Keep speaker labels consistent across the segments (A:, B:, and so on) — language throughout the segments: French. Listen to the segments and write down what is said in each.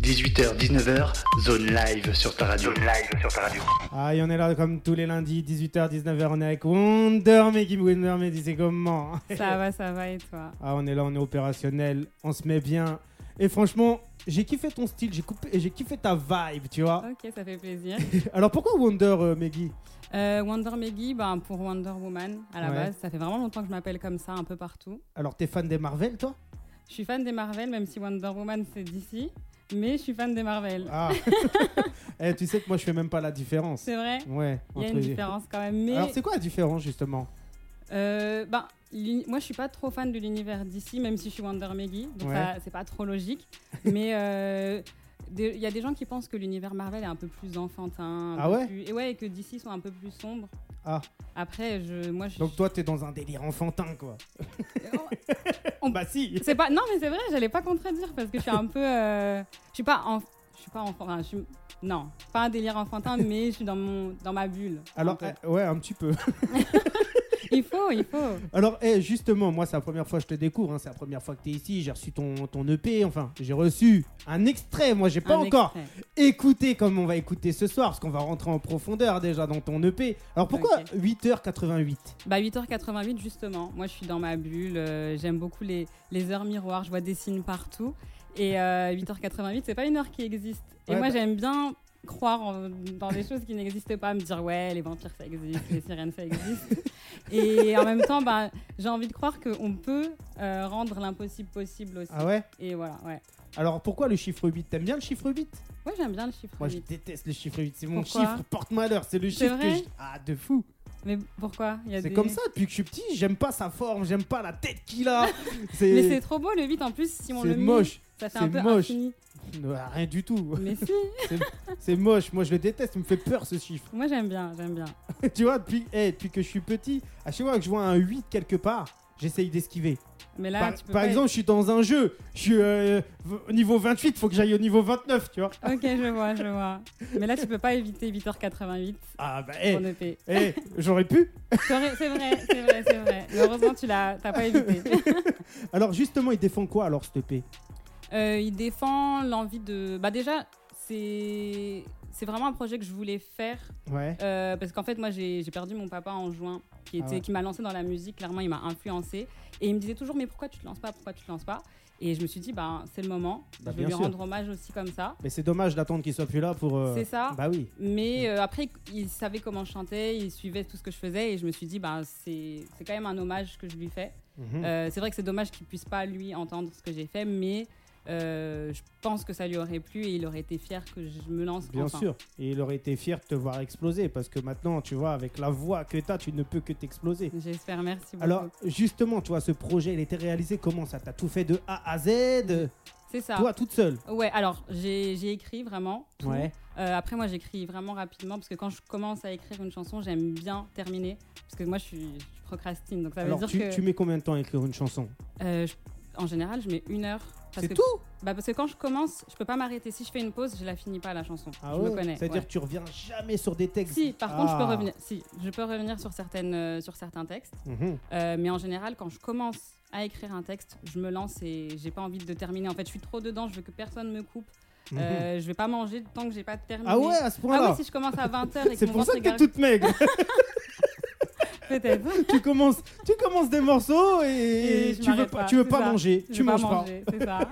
A: 18h, 19h, zone live sur ta radio.
B: Zone live sur ta radio.
C: Ah, et on est là comme tous les lundis, 18h, 19h, on est avec Wonder Meggy Wonder Meggy, c'est comment
D: Ça va, ça va et toi
C: Ah, on est là, on est opérationnel, on se met bien. Et franchement, j'ai kiffé ton style, j'ai coupé- j'ai kiffé ta vibe, tu vois.
D: Ok, ça fait plaisir.
C: Alors pourquoi Wonder euh, Meggy
D: Euh, Wonder Meggy, ben, pour Wonder Woman, à la
C: Ouais.
D: base, ça fait vraiment longtemps que je m'appelle comme ça un peu partout.
C: Alors t'es fan des Marvel, toi
D: Je suis fan des Marvel, même si Wonder Woman c'est d'ici, mais je suis fan des Marvel.
C: Ah Eh, Tu sais que moi, je fais même pas la différence.
D: C'est vrai
C: Ouais,
D: Il y a
C: entre
D: une
C: les-
D: différence quand même. Mais
C: Alors c'est quoi la différence, justement
D: euh, ben, l'uni- moi je suis pas trop fan de l'univers d'ici, même si je suis Wonder Meggy, donc
C: Ouais.
D: ça, c'est pas trop logique. mais euh, des- il y a des gens qui pensent que l'univers Marvel est un peu plus enfantin. un
C: Ah
D: peu
C: ouais
D: plus- et ouais, et que d'ici sont un peu plus sombres.
C: Ah.
D: Après, je, moi je Oh,
C: Donc toi, t'es dans un délire enfantin, quoi.
D: On-
C: Bah si
D: C'est pas non mais c'est vrai, j'allais pas contredire parce que je suis un peu euh, je suis pas en- je suis pas enfant enfin, je suis- non, pas un délire enfantin mais je suis dans mon dans ma bulle. un
C: Alors,
D: peu.
C: euh, ouais, un petit peu.
D: il faut, il faut.
C: Alors, eh, justement, moi, c'est la première fois que je te découvre. hein, C'est la première fois que tu es ici. J'ai reçu ton, ton EP. Enfin, j'ai reçu un extrait. Moi, j'ai pas
D: un
C: encore
D: extrait.
C: écouté comme on va écouter ce soir. Parce qu'on va rentrer en profondeur déjà dans ton EP. Alors, pourquoi
D: Ok.
C: 8h88
D: Bah 8h88 justement. Moi je suis dans ma bulle, euh, j'aime beaucoup les les heures miroirs, je vois des signes partout et euh, 8h88 c'est pas une heure qui existe. Et
C: Ouais,
D: moi
C: bah-
D: j'aime bien croire en- dans des choses qui n'existent pas, me dire ouais les vampires ça existe, les sirènes ça existe. Et en même temps, bah, j'ai envie de croire qu'on peut euh, rendre l'impossible possible aussi.
C: Ah ouais
D: Et voilà, ouais.
C: Alors, pourquoi le chiffre 8 T'aimes bien le chiffre 8
D: Moi, j'aime bien le chiffre
C: Moi, je
D: 8.
C: déteste le chiffre 8. C'est mon
D: Pourquoi
C: chiffre porte-malheur. C'est le
D: C'est
C: chiffre que
D: vrai Eh ben.
C: je- Ah, de fou
D: Mais pourquoi Il y a
C: C'est
D: des-
C: comme ça depuis que je suis petit. J'aime pas sa forme. J'aime pas la tête qu'il a.
D: Mais c'est trop beau le 8 en plus, si on
C: c'est
D: le met,
C: moche.
D: ça fait
C: c'est
D: un peu
C: moche.
D: infini.
C: Rien du tout.
D: Mais si,
C: C'est moche. Moi, je le déteste. Il me fait peur ce chiffre.
D: moi j'aime bien, j'aime bien.
C: tu vois, depuis, eh, depuis que je suis petit, à chaque fois que je vois un 8 quelque part, j'essaye d'esquiver.
D: Mais là,
C: par
D: Ah, tu peux
C: par
D: pas-
C: exemple, je suis dans un jeu, je suis euh, v- au niveau 28, faut que j'aille au niveau 29, tu vois.
D: Ok, je vois, je vois. Mais là, tu peux pas éviter 8h88
C: Ah bah, eh,
D: ton EP.
C: eh, j'aurais pu.
D: T'aurais- C'est vrai, c'est vrai, c'est vrai. Mais heureusement, tu l'as, t'as pas évité.
C: Alors, justement, il défend quoi alors, cette EP
D: Euh, il défend l'envie de. Bah, déjà, c'est. C'est vraiment un projet que je voulais faire
C: Ouais.
D: Euh, parce qu'en fait, moi, j'ai j'ai perdu mon papa en juin, qui,
C: Ah
D: était,
C: ouais.
D: qui m'a lancé dans la musique. Clairement, il m'a influencé. Et il me disait toujours, mais pourquoi tu te lances pas Pourquoi tu te lances pas Et je me suis dit, bah, c'est le moment.
C: Bah,
D: je vais
C: bien
D: lui
C: sûr.
D: rendre hommage aussi comme ça.
C: Mais c'est dommage d'attendre qu'il soit plus là pour. euh,
D: C'est ça.
C: Bah oui.
D: Mais euh, après, il savait comment je chantais, il suivait tout ce que je faisais. Et je me suis dit, bah, c'est c'est quand même un hommage que je lui fais.
C: Mhm.
D: Euh, c'est vrai que c'est dommage qu'il puisse pas, lui, entendre ce que j'ai fait. Mais euh, je pense que ça lui aurait plu et il aurait été fier que je me lance
C: Bien
D: enfin.
C: sûr. Et il aurait été fier de te voir exploser parce que maintenant, tu vois, avec la voix que t'as, tu ne peux que t'exploser.
D: J'espère, merci beaucoup.
C: Alors, justement, tu vois, ce projet, il était réalisé comment ça T'as tout fait de A à Z
D: c'est ça.
C: Toi, toute seule
D: Ouais, alors j'ai j'ai écrit vraiment. tout.
C: Ouais.
D: Euh, après, moi, j'écris vraiment rapidement parce que quand je commence à écrire une chanson, j'aime bien terminer. Parce que moi, je, suis, je procrastine. Donc ça veut
C: Alors,
D: dire
C: tu,
D: que.
C: tu mets combien de temps à écrire une chanson
D: euh, je- en général, je mets une heure. parce
C: C'est
D: que-
C: tout
D: bah, Parce que quand je commence, je peux pas m'arrêter. Si je fais une pause, je la finis pas la chanson. je me connais.
C: Ah C'est-à-dire
D: ouais.
C: que tu reviens jamais sur des textes
D: Si, par contre, je peux
C: Ah.
D: revenir. Si, je peux revenir sur certaines, euh, sur certains textes.
C: Mhm.
D: Euh, mais en général, quand je commence à écrire un texte, je me lance et j'ai pas envie de terminer. En fait, je suis trop dedans. Je veux que personne me coupe.
C: Mhm.
D: Euh, je vais pas manger tant que j'ai pas terminé.
C: Ah ouais, à ce
D: Ah
C: point-là
D: oui, si je commence à 20h et que
C: C'est
D: mon
C: pour ça
D: ventre
C: que t'es
D: est
C: toute maigre
D: gar- peut-être.
C: tu, commences, tu commences des morceaux et,
D: Et je
C: tu veux
D: m'arrête
C: pas,
D: pas,
C: tu veux
D: c'est
C: pas
D: ça.
C: manger,
D: Je
C: tu
D: vais
C: manges pas.
D: manger, C'est ça.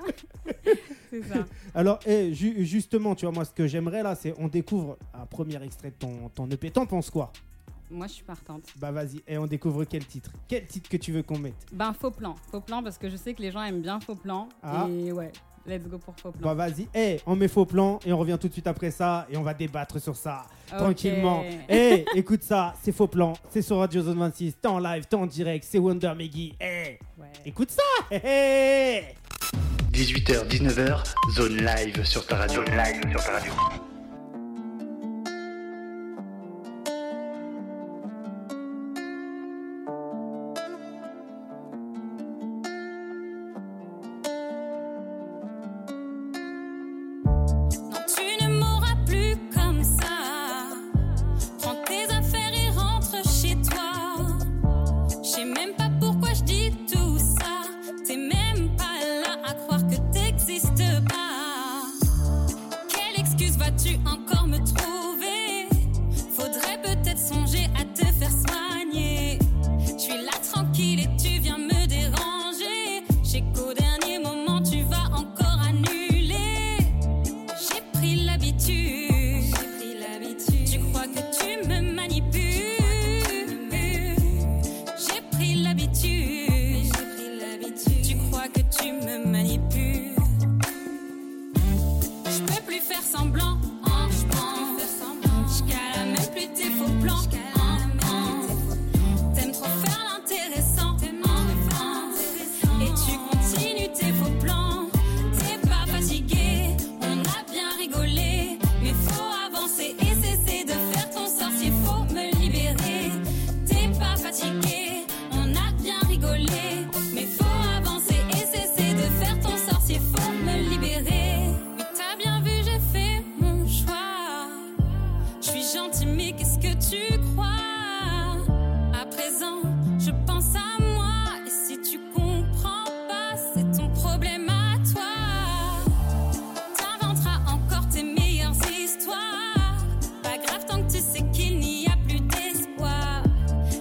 D: c'est ça.
C: Alors, eh, ju- justement, tu vois, moi, ce que j'aimerais là, c'est on découvre un premier extrait de ton, ton EP. T'en penses quoi
D: Moi, je suis partante.
C: Bah vas-y, et on découvre quel titre Quel titre que tu veux qu'on mette
D: Ben, faux plan. Faux plan parce que je sais que les gens aiment bien faux plan.
C: Ah.
D: Et ouais, let's go pour faux plan.
C: Bah vas-y, eh, on met faux plan et on revient tout de suite après ça et on va débattre sur ça
D: Ok.
C: tranquillement. Eh, écoute ça, c'est faux plan, c'est sur Radio Zone 26, t'es en live, t'es en direct, c'est Wonder Meggy. Eh,
D: Ouais.
C: écoute ça eh, eh.
A: 18h, 19h, zone live sur ta radio.
B: Zone live sur ta radio.
E: Non, tu ne mourras plus comme ça. Prends tes affaires et rentre chez toi. Je sais même pas pourquoi je dis tout ça. T'es même pas là à croire que t'existes pas.
D: vas-tu encore me trouver Faudrait peut-être songer à te faire soigner. Je suis là tranquille et tu viens me déranger. J'ai qu'au dernier moment tu vas encore annuler. J'ai pris l'habitude. J'ai pris l'habitude. Tu crois que tu me manipules. J'ai pris l'habitude. J'ai pris l'habitude. Tu crois que tu me manipules. Je peux plus faire semblant. hein, Je pense. J'cale même plus tes faux plans. hein, hein. T'aimes trop faire l'intéressant. hein, hein. Et tu continues tes faux plans. T'es pas fatigué, on a bien rigolé. Mais faut avancer et cesser de faire ton sorcier. Faut me libérer. T'es pas fatigué, on a bien rigolé. Mais faut avancer et cesser de faire ton sorcier. Faut me libérer. Oui, t'as bien vu, j'ai fait mon choix. Je suis gentil, mais qu'est-ce que tu crois À présent, je pense à moi. Et si tu comprends pas, c'est ton problème à toi. T'inventeras encore tes meilleures histoires. Pas grave tant que tu sais qu'il n'y a plus d'espoir.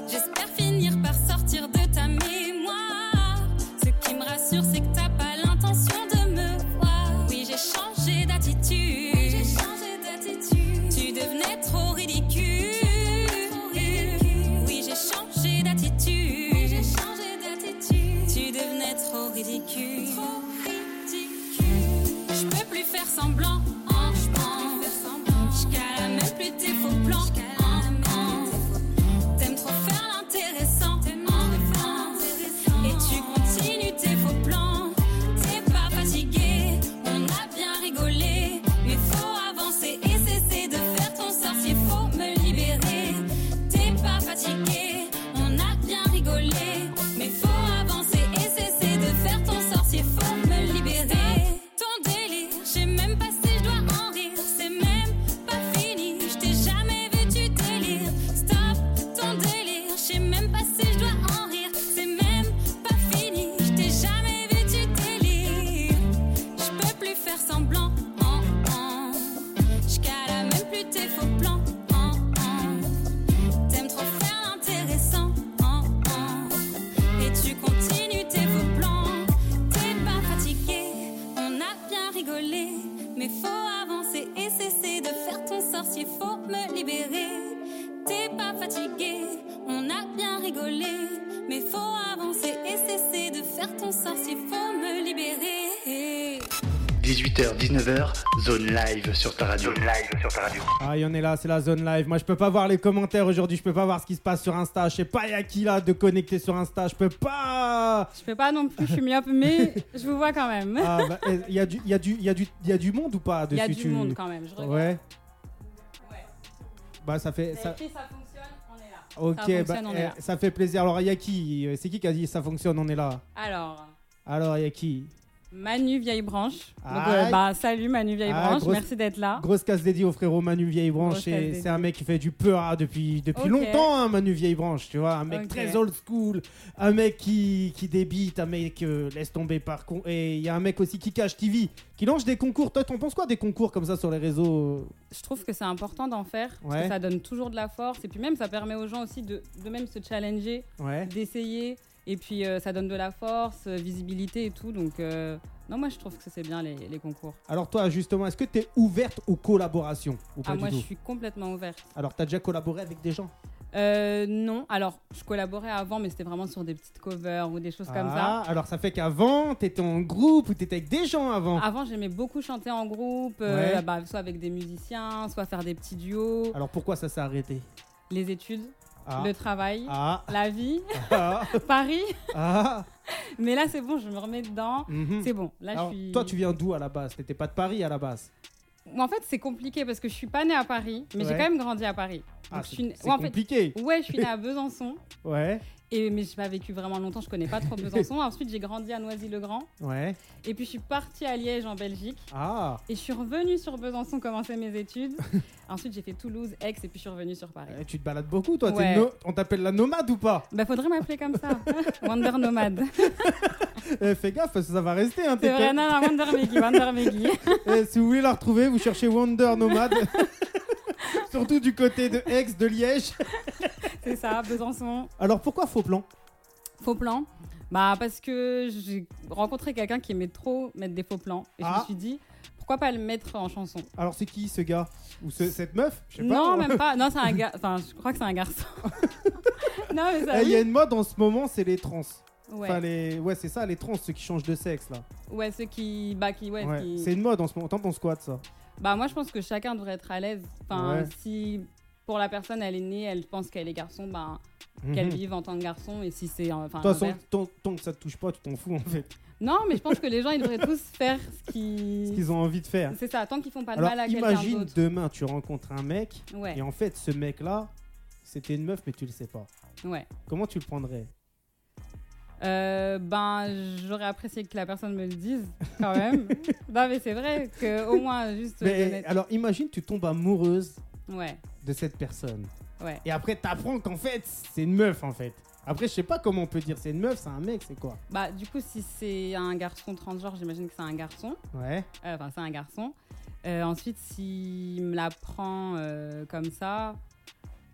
D: J'espère finir par sortir de ta mémoire. Ce qui me rassure, c'est que t'as pas l'intention de me voir. Oui, j'ai changé d'attitude. j'ai changé d'attitude. Tu devenais trop ridicule. Oui, j'ai changé d'attitude. Oui, j'ai changé d'attitude. Tu devenais trop ridicule. Trop ridicule. Je peux plus faire semblant. hein, Je pense. J'cale même plus tes faux plans. hein, hein. T'aimes trop faire l'intéressant. hein, hein. Et tu continues tes faux plans. T'es pas fatigué, on a bien rigolé. Mais faut avancer et cesser de faire ton sorcier. Faut me libérer. T'es pas fatigué, on a bien rigolé. Mais faut avancer et cesser de faire ton sorcier. Faut me libérer. Ton délire, j'ai même pas si je dois en rire. C'est même pas fini, je t'ai jamais vu, tu délires. Stop ton délire, je sais même pas si je dois en rire. C'est même pas fini, je t'ai jamais vu, tu délires. Je peux plus faire semblant, hein, hein. J'cale même plus tes faux plans, hein, hein. T'aimes trop faire l'intéressant, hein, hein. Et tu continues tes faux plans. T'es pas fatigué, on a bien rigolé. Mais faut avancer et cesser de faire ton sorcier. Faut me libérer. T'es pas fatigué, on a bien rigolé. Mais faut avancer et cesser de faire ton sorcier. Faut me libérer.
A: 18h, 19h, zone live sur ta radio.
F: Zone live sur ta radio.
C: Ah, il y en est là, c'est la zone live. Moi, je peux pas voir les commentaires aujourd'hui, je peux pas voir ce qui se passe sur Insta. Je sais pas, y a qui là de connecter sur Insta, je peux pas.
G: Je peux pas non plus, je suis myope, mais je vous vois quand même.
C: Ah, bah, eh, y, a du, y, a du, y, a du, y a du monde ou pas
G: Il y a
C: dessus,
G: du
C: tu-
G: monde quand même. Je regarde.
C: Ouais. Bah, ça fait.
G: Vous
C: Ça...
G: avez pris, ça fonctionne, on est là.
C: Ok,
G: fonctionne,
C: bah,
G: on est
C: eh,
G: là.
C: ça fait plaisir. Alors, y a qui euh, C'est qui qui a dit ça fonctionne, on est là
G: Alors,
C: Alors, y a qui
G: Manu Vieille Branche. Donc,
C: Aïe.
G: euh, bah, salut Manu Vieille
C: Ah,
G: Branche,
C: grosse-
G: merci d'être là.
C: Grosse casse dédiée au frérot Manu Vieille Branche.
G: Grosse casse
C: et
G: dédiée.
C: C'est un mec qui fait du peur hein, depuis, depuis
G: Ok.
C: longtemps, hein, Manu Vieille Branche. Tu vois, un mec
G: Ok.
C: très old school, un mec qui, qui débite, un mec euh, laisse tomber par con. Et il y a un mec aussi qui cache TV, qui lance des concours. Toi, t'en penses quoi des concours comme ça sur les réseaux
G: Je trouve que c'est important d'en faire, parce
C: Ouais.
G: que ça donne toujours de la force, et puis même ça permet aux gens aussi de, de même se challenger,
C: euh, Ouais.
G: d'essayer, et puis euh, ça donne de la force, euh, visibilité et tout. Donc, euh, non, moi je trouve que c'est bien les, les concours.
C: Alors, toi, justement, est-ce que t'es ouverte aux collaborations ou pas
G: Ah,
C: du
G: moi je
C: tout
G: suis complètement ouverte.
C: Alors, t'as déjà collaboré avec des gens
G: Euh, non, alors je collaborais avant, mais c'était vraiment sur des petites covers ou des choses comme ça.
C: Ah, Alors, ça fait qu'avant, t'étais en groupe ou t'étais avec des gens avant
G: Avant, j'aimais beaucoup chanter en groupe, euh,
C: Ouais.
G: bah, soit avec des musiciens, soit faire des petits duos,
C: Alors, pourquoi ça s'est arrêté
G: les études,
C: Ah.
G: le travail,
C: Ah,
G: la vie,
C: ah,
G: Paris.
C: ah.
G: Mais là, c'est bon, je me remets dedans.
C: mhm.
G: C'est bon, là
C: Alors,
G: Ah, je suis.
C: Toi, tu viens d'où à la base T'étais pas de Paris à la base
G: Moi, en fait, c'est compliqué parce que je suis pas née à Paris, mais j'ai
C: Ouais.
G: quand même grandi à Paris.
C: Ah,
G: Donc, je suis
C: c'est
G: née-
C: c'est
G: ouais, en fait-
C: compliqué.
G: Ouais, je suis née à Besançon,
C: Ouais,
G: et... mais je n'ai pas vécu vraiment longtemps, je connais pas trop Besançon. Ensuite, j'ai grandi à Noisy-le-Grand,
C: ouais.
G: et puis je suis partie à Liège en Belgique,
C: Ah,
G: et je suis revenue sur Besançon commencer mes études. Ensuite, j'ai fait Toulouse, Aix, et puis je suis revenue sur Paris.
C: eh, tu te balades beaucoup, toi. t'es
G: Ouais.
C: no- On t'appelle la nomade ou pas
G: Bah, faudrait m'appeler comme ça, Wonder Nomade.
C: Eh, fais gaffe, parce que ça va rester. Hein,
D: C'est
C: TP.
D: vrai, non, non, Wonder Meggy, Wonder Meggy.
C: Eh, si vous voulez la retrouver, vous cherchez Wonder Nomade. Surtout du côté de Aix, de Liège.
D: C'est ça, Besançon.
C: Alors pourquoi faux plan
D: Faux plan Bah parce que j'ai rencontré quelqu'un qui aimait trop mettre des faux plans et je
C: Ah.
D: me suis dit pourquoi pas le mettre en chanson
C: Alors c'est qui ce gars Ou ce- cette meuf Je sais pas. hein.
D: Non, même pas. Non, c'est un gars. Enfin, je crois que c'est un garçon. non, mais
C: Eh,
D: ça.
C: Il y a une mode en ce moment, c'est les trans.
D: Ouais.
C: Enfin, les... Ouais, c'est ça, les trans, ceux qui changent de sexe là.
D: ouais, ceux qui. Bah, qui. Ouais,
C: Ouais.
D: qui-
C: C'est une mode en ce moment. T'en penses quoi de ça
D: Bah, moi, je pense que chacun devrait être à l'aise. Enfin,
C: Ouais.
D: si pour la personne, elle est née, elle pense qu'elle est garçon, bah, qu'elle
C: Mhm.
D: vive en tant que garçon. Et si c'est. euh, Enfin,
C: De toute façon,
D: l'inverse.
C: tant, tant que ça te touche pas, tu t'en fous en fait.
D: Non, mais je pense que les gens, ils devraient tous faire ce
C: Ce
D: qui.
C: qu'ils ont envie de faire.
D: C'est ça, tant qu'ils font pas de
C: Alors
D: mal à quelqu'un
C: imagine
D: d'autre.
C: demain, tu rencontres un mec
D: Ouais,
C: et en fait, ce mec là, c'était une meuf, mais tu le sais pas.
D: ouais.
C: Comment tu le prendrais
D: Euh, ben, j'aurais apprécié que la personne me le dise quand même. non, mais c'est vrai qu'au moins, juste.
C: Mais euh,
D: honnête-
C: alors imagine, tu tombes amoureuse
D: Ouais,
C: de cette personne.
D: ouais.
C: Et après, t'apprends qu'en fait, c'est une meuf en fait. Après, je sais pas comment on peut dire c'est une meuf, c'est un mec, c'est quoi
D: Bah, du coup, si c'est un garçon transgenre, j'imagine que c'est un garçon.
C: Ouais.
D: Euh, Enfin, c'est un garçon. Euh, ensuite, s'il me la prend euh, comme ça,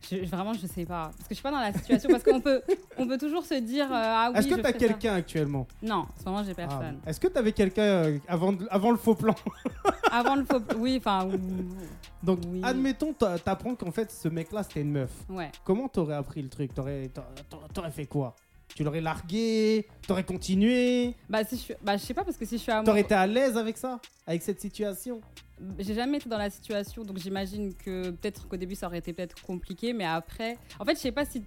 D: je, je- vraiment, je sais pas. Parce que je suis pas dans la situation. parce qu'on peut, on peut toujours se dire euh, Ah oui,
C: Est-ce que
D: je
C: t'as
D: ferais ça.
C: quelqu'un actuellement
D: Non, en ce moment, j'ai personne.
C: Ah, Est-ce que t'avais quelqu'un euh, avant, de- avant le faux plan
D: Avant le faux. Oui, enfin. ou-
C: Donc,
D: Oui.
C: admettons, t'a- t'apprends qu'en fait, ce mec là, c'était une meuf.
D: Ouais.
C: Comment t'aurais appris le truc T'aurais t'a- t'a- t'aurais fait quoi Tu l'aurais largué T'aurais continué
D: Bah, si je suis... bah, je sais pas, parce que si je suis amoureux.
C: T'aurais été à l'aise avec ça Avec cette situation
D: J'ai jamais été dans la situation, donc j'imagine que peut-être qu'au début ça aurait été peut-être compliqué, mais après, en fait, je sais pas si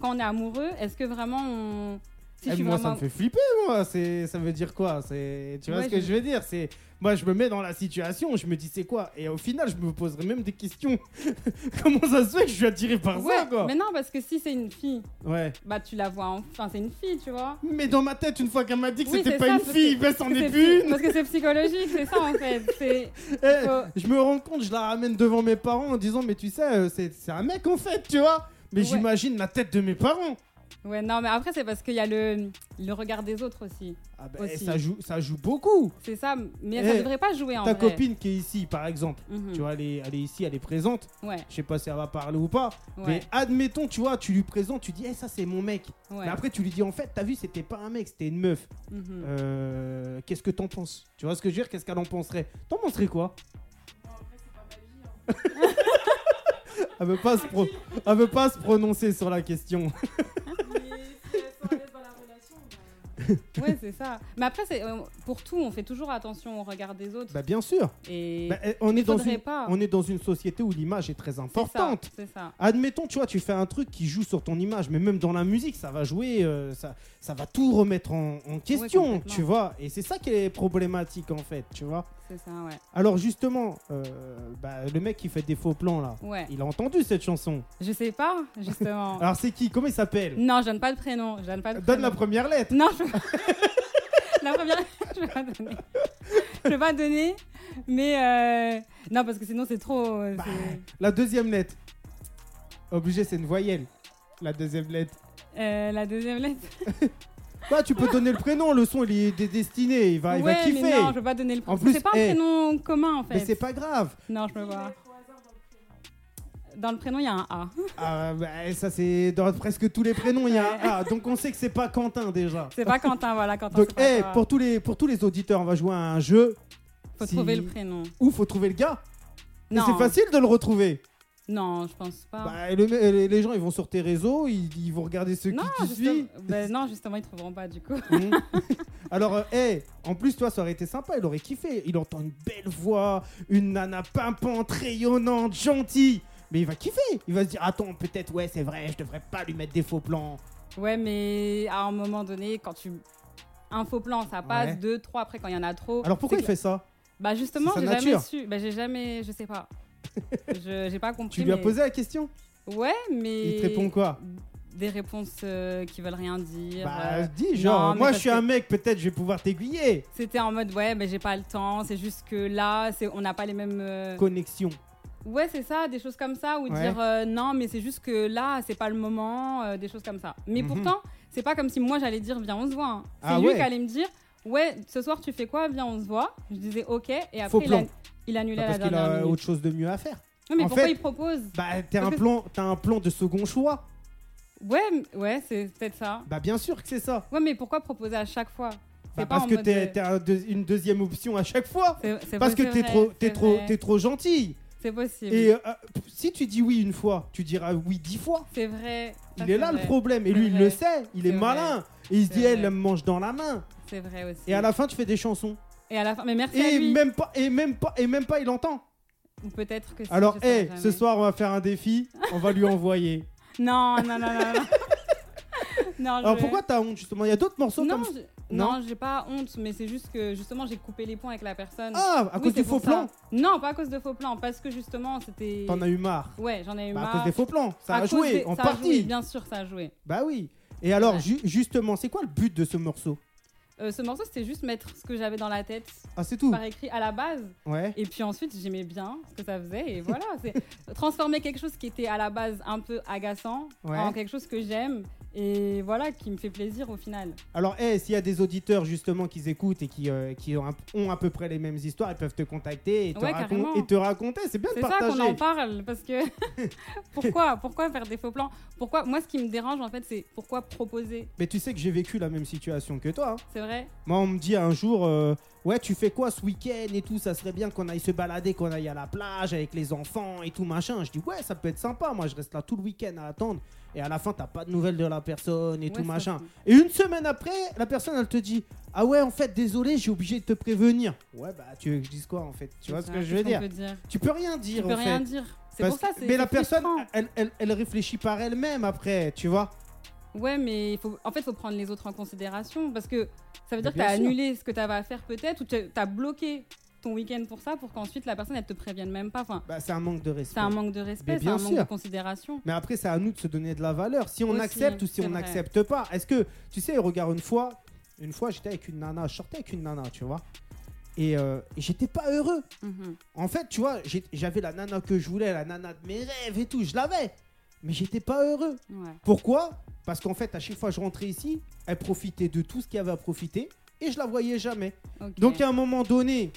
D: quand on est amoureux, est-ce que vraiment on, si
C: Eh,
D: je suis
C: Moi, ça
D: vraiment-
C: me fait flipper, moi. C'est- Ça veut dire quoi C'est- Tu vois
D: Ouais,
C: ce que
D: je-
C: je veux dire C'est Moi, je me mets dans la situation, je me dis c'est quoi Et au final, je me poserais même des questions. Comment ça se fait que je suis attiré par
D: Ouais,
C: ça, quoi
D: mais non, parce que si c'est une fille,
C: Ouais.
D: bah tu la vois, en- enfin c'est une fille, tu vois.
C: Mais dans ma tête, une fois qu'elle m'a dit que
D: Oui,
C: c'était
D: c'est
C: pas
D: ça,
C: une
D: parce
C: fille,
D: que-
C: ben c'en
D: Parce que
C: est
D: c'est psy-
C: une
D: Parce que c'est psychologique, c'est ça en fait. C'est
C: Eh,
D: faut-
C: Je me rends compte, je la ramène devant mes parents en disant mais tu sais, euh, c'est c'est un mec en fait, tu vois mais
D: Ouais.
C: j'imagine la tête de mes parents.
D: ouais, non, mais après c'est parce qu'il y a le le regard des autres aussi.
C: Ah ben,
D: Aussi.
C: ça joue, ça joue beaucoup.
D: C'est ça, mais
C: Eh,
D: ça devrait pas jouer en
C: Ta
D: vrai.
C: copine qui est ici, par exemple,
D: Mhm.
C: tu vois, elle est, elle est ici, elle est présente.
D: Ouais,
C: Je sais pas si elle va parler ou pas,
D: ouais,
C: Mais admettons, tu vois, tu lui présentes, tu dis, Eh, ça c'est mon mec.
D: ouais.
C: Mais après, tu lui dis, en fait, t'as vu, c'était pas un mec, c'était une meuf.
D: Mhm.
C: Euh, Qu'est-ce que t'en penses Tu vois ce que je veux dire Qu'est-ce qu'elle en penserait T'en penserais quoi Elle veut pas se pro- elle veut pas se prononcer sur la question.
D: Ouais, c'est ça. Mais après, c'est euh, pour tout, on fait toujours attention au regard des autres.
C: Bah bien sûr.
D: et
C: Bah, eh, on est
D: il
C: dans
D: faudrait
C: une
D: pas.
C: on est dans une société où l'image est très
D: C'est ça,
C: importante.
D: C'est ça.
C: Admettons, tu vois, tu fais un truc qui joue sur ton image, mais même dans la musique, ça va jouer, euh, ça, ça va tout remettre en, en question,
D: complètement.
C: tu vois. Et c'est ça qui est problématique, en fait, tu vois.
D: C'est ça, ouais.
C: Alors, justement, euh, bah, le mec qui fait des faux plans, là,
D: Ouais.
C: il a entendu cette chanson.
D: Je sais pas, justement.
C: Alors, c'est qui Comment il s'appelle
D: non, je donne pas de prénom. Je donne pas de
C: Ah. Donne la
D: prénom.
C: première lettre.
D: Non, je... la première. je vais pas donner. Je vais pas donner. Mais euh, non, parce que sinon c'est trop. euh,
C: Bah.
D: c'est-
C: La deuxième lettre. Obligé, c'est une voyelle. La deuxième lettre.
D: Euh, la deuxième lettre.
C: Bah, tu peux donner le prénom, le son, il est dé- destiné, Bah, il va, il va
D: ouais,
C: kiffer.
D: mais non, je veux pas donner le prénom.
C: plus,
D: C'est pas un
C: hey.
D: prénom commun en fait.
C: Mais c'est pas grave.
D: Non, je peux pas. Dans le prénom, il y a un A.
C: Ah bah, ça c'est dans presque tous les prénoms il y a un A, donc on sait que c'est pas Quentin déjà.
D: C'est pas Quentin, voilà, Quentin.
C: Donc eh
D: c'est pas toi.
C: pour tous les pour tous les auditeurs on va jouer à un jeu
D: Faut
C: si-
D: trouver le prénom.
C: où faut trouver le gars. Mais
D: Non.
C: c'est facile de le retrouver.
D: Non, je pense pas.
C: Bah, le- les, les gens ils vont sur tes réseaux, ils, ils vont regarder ceux
D: non,
C: qui tu suis.
D: justement, bah non, justement, ils trouveront pas du coup.
C: Mhm. Alors, euh, hey, en plus, toi, ça aurait été sympa, il aurait kiffé. Il entend une belle voix, une nana pimpante, rayonnante, gentille. Mais il va kiffer. Il va se dire Attends, peut-être, ouais, c'est vrai, je devrais pas lui mettre des faux plans.
D: Ouais, mais à un moment donné, quand tu. Un faux plan, ça passe,
C: Ouais.
D: deux, trois, après quand il y en a trop.
C: Alors pourquoi
D: c'est
C: il
D: que-
C: fait ça
D: Bah justement,
C: C'est sa
D: j'ai jamais
C: nature.
D: su. Bah j'ai jamais. Je sais pas. Je- J'ai pas compris.
C: Tu lui as
D: mais-
C: posé la question
D: Ouais, mais.
C: Il te répond quoi
D: Des réponses euh, qui veulent rien dire.
C: Bah,
D: euh,
C: dis, genre,
D: non, mais
C: moi je
D: parce
C: suis
D: que-
C: un mec, peut-être je vais pouvoir t'aiguiller.
D: C'était en mode, ouais, mais j'ai pas le temps, c'est juste que là, c'est- on n'a pas les mêmes. euh,
C: Connexion.
D: Ouais, c'est ça, des choses comme ça, ou
C: Ouais.
D: dire euh, non, mais c'est juste que là, c'est pas le moment, euh, des choses comme ça. Mais
C: Mhm.
D: pourtant, C'est pas comme si moi j'allais dire viens on se voit. hein. C'est
C: Ah
D: lui
C: ouais.
D: qui allait me dire ouais ce soir tu fais quoi viens on se voit. Je disais ok et
C: Faux
D: après il,
C: plan.
D: a- il annulait
C: Bah,
D: à la
C: parce qu'il
D: dernière
C: a
D: minute.
C: autre chose de mieux à faire.
D: Non, mais
C: en
D: pourquoi
C: fait-
D: il propose
C: Bah, t'as un plan, t'as un plan de second choix.
D: Ouais m- ouais c'est peut-être ça.
C: Bah, bien sûr que c'est ça.
D: Ouais mais pourquoi proposer à chaque fois
C: Bah,
D: C'est pas
C: parce
D: en
C: que
D: mode euh,
C: t'es-
D: de-
C: t'as un deux- une deuxième option à chaque fois.
D: C'est- c'est
C: Parce que
D: possible,
C: t'es
D: c'est
C: trop,
D: vrai,
C: t'es
D: c'est
C: trop,
D: vrai.
C: t'es trop gentille.
D: C'est possible.
C: Et euh, si tu dis oui une fois, tu diras oui dix fois.
D: C'est vrai. Ça,
C: Il est
D: c'est
C: là
D: vrai.
C: le problème. Et
D: C'est
C: lui, il
D: vrai.
C: le sait. Il est,
D: C'est vrai.
C: malin. Et il se
D: C'est
C: dit, elle
D: vrai.
C: me mange dans la main.
D: C'est vrai aussi.
C: Et à la fin, tu fais des chansons.
D: Et à la fin, mais merci à
C: Et
D: lui.
C: même pas, et même pas, et même pas, il entend.
D: Ou peut-être que. si,
C: Alors,
D: je
C: hé,
D: saurais
C: ce
D: jamais. Ah,
C: soir, on va faire un défi. On va lui envoyer.
D: Non, non, non, non. non. non
C: Alors,
D: je-
C: pourquoi t'as honte justement Il y a d'autres morceaux
D: non,
C: comme.
D: je-
C: Non.
D: non, j'ai pas honte, mais c'est juste que justement j'ai coupé les ponts avec la personne.
C: Ah, à
D: Oui,
C: cause
D: c'est
C: du faux
D: pour
C: plan.
D: ça. Non, pas à cause de faux plans, parce que justement c'était.
C: T'en as eu marre.
D: Ouais, j'en ai eu
C: Bah, à
D: marre.
C: cause des faux plans. Ça
D: À
C: a
D: cause
C: joué
D: des-
C: en
D: ça a joué,
C: partie.
D: bien sûr, ça a joué.
C: Bah oui. Et alors,
D: Ouais.
C: ju- justement, c'est quoi le but de ce morceau
D: Euh, ce morceau, c'était juste mettre ce que j'avais dans la tête
C: Ah, c'est tout.
D: par écrit à la base.
C: Ouais.
D: Et puis ensuite, j'aimais bien ce que ça faisait. Et voilà, c'est transformer quelque chose qui était à la base un peu agaçant
C: Ouais.
D: en quelque chose que j'aime et voilà, qui me fait plaisir au final.
C: Alors, eh, s'il y a des auditeurs justement qui écoutent et qui, euh, qui ont, un- ont à peu près les mêmes histoires, ils peuvent te contacter et te,
D: Ouais,
C: racon-
D: carrément.
C: et te raconter. C'est bien de
D: C'est ça qu'on
C: partager.
D: en parle parce que pourquoi pourquoi faire des faux plans Pourquoi moi ce qui me dérange en fait c'est pourquoi proposer
C: Mais tu sais que j'ai vécu la même situation que toi. hein.
D: C'est vrai
C: Moi, on me dit un jour, euh, ouais, tu fais quoi ce week-end et tout Ça serait bien qu'on aille se balader, qu'on aille à la plage avec les enfants et tout machin. Je dis, ouais, ça peut être sympa. Moi, je reste là tout le week-end à attendre. Et à la fin, t'as pas de nouvelles de la personne et
D: Ouais,
C: tout
D: ça,
C: machin.
D: c'est-
C: Et une semaine après, la personne, elle te dit, ah ouais, en fait, désolé, j'ai obligé de te prévenir. Ouais, bah, tu veux que je dise quoi en fait Tu vois ce
D: c'est
C: que
D: ça,
C: je veux
D: qu'est-ce
C: dire
D: qu'on peut dire
C: Tu peux rien
D: Tu
C: dire
D: peux
C: en
D: rien
C: fait.
D: dire. C'est
C: Parce-
D: pour ça c'est
C: mais la
D: c'est
C: personne,
D: frustrant.
C: elle, elle- elle réfléchit par elle-même après, tu vois.
D: Ouais, mais il faut, en fait, il faut prendre les autres en considération parce que ça veut
C: Mais
D: dire que tu as
C: Bah, bien sûr.
D: annulé ce que tu avais à faire peut-être ou tu as bloqué ton week-end pour ça pour qu'ensuite la personne, elle te prévienne même pas. Enfin,
C: Bah, c'est un manque de respect.
D: c'est un manque de
C: Mais
D: respect, c'est
C: bien
D: un manque de
C: sûr.
D: considération.
C: Mais après, c'est à nous de se donner de la valeur. Si on
D: Aussi,
C: accepte ou si
D: c'est
C: on
D: vrai.
C: n'accepte pas. Est-ce que, tu sais, regarde, une fois, une fois, j'étais avec une nana, je sortais avec une nana, tu vois. Et, euh, et j'étais pas heureux.
D: Mhm.
C: En fait, tu vois, j'ai- j'avais la nana que je voulais, la nana de mes rêves et tout, je l'avais. Mais j'étais pas heureux.
D: Ouais.
C: Pourquoi Parce qu'en fait, à chaque fois que je rentrais ici, elle profitait de tout ce qu'il y avait à profiter et je la voyais jamais.
D: ok.
C: Donc à un moment donné,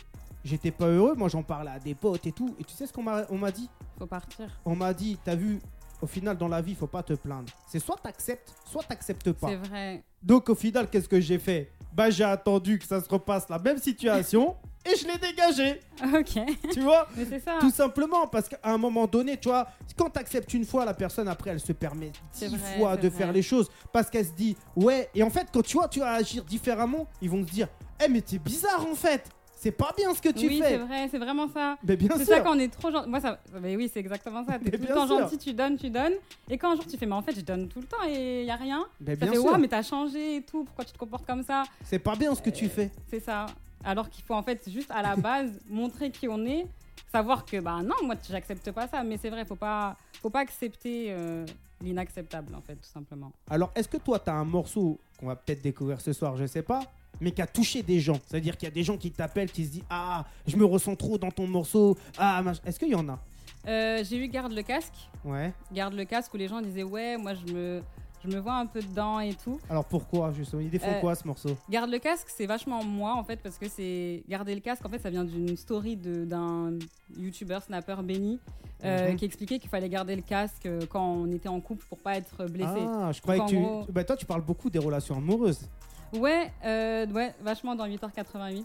C: j'étais pas heureux, moi j'en parlais à des potes et tout. Et tu sais ce qu'on m'a on m'a dit
D: faut partir.
C: On m'a dit, t'as vu, au final dans la vie, faut pas te plaindre. C'est soit t'acceptes, soit t'acceptes pas.
D: C'est vrai.
C: Donc au final, qu'est-ce que j'ai fait Bah j'ai attendu que ça se repasse la même situation et je l'ai dégagé.
D: Ok.
C: Tu vois
D: Mais c'est ça.
C: tout simplement parce qu'à un moment donné, tu vois, quand t'acceptes une fois, la personne après, elle se permet
D: C'est
C: dix
D: vrai,
C: fois
D: c'est
C: de
D: vrai.
C: faire les choses parce qu'elle se dit ouais. Et en fait, quand tu vois, tu vas agir différemment, ils vont se dire, eh mais t'es bizarre en fait. C'est pas bien ce que tu
D: oui, c'est
C: fais.
D: vrai, c'est vraiment ça.
C: Mais bien
D: C'est
C: sûr.
D: ça quand on est trop gentil. Moi, ça. Mais oui, c'est exactement ça.
C: Mais
D: T'es tout le
C: bien
D: temps
C: sûr.
D: gentil, tu donnes, tu donnes. Et quand un jour tu fais, mais en fait, je donne tout le temps et y a rien.
C: Mais
D: Ça
C: bien
D: fait,
C: sûr.
D: ouais, mais t'as changé et tout. Pourquoi tu te comportes comme ça
C: C'est pas bien ce que tu fais.
D: C'est ça. Alors qu'il faut en fait juste à la base montrer qui on est, savoir que bah non, moi tu- j'accepte pas ça. Mais c'est vrai, faut pas, faut pas accepter euh, l'inacceptable en fait, tout simplement.
C: Alors, est-ce que toi, t'as un morceau qu'on va peut-être découvrir ce soir, je sais pas, mais qui a touché des gens C'est-à-dire qu'il y a des gens qui t'appellent, qui se disent ah, je me ressens trop dans ton morceau. Ah, mach- est-ce qu'il y en a
D: Euh, J'ai eu garde le casque,
C: Ouais.
D: garde le casque où les gens disaient ouais, moi je me, je me vois un peu dedans et tout.
C: Alors pourquoi justement Ils défend
D: Euh,
C: quoi ce morceau
D: Garde le casque, c'est vachement moi en fait parce que c'est garder le casque. En fait, ça vient d'une story de- d'un youtubeur snapper Benny euh,
C: Mhm.
D: qui expliquait qu'il fallait garder le casque euh, quand on était en couple pour pas être blessé.
C: Ah, je croyais que
D: en
C: tu.
D: gros-
C: Bah, toi, tu parles beaucoup des relations amoureuses.
D: Ouais, euh, ouais, vachement dans 8h88.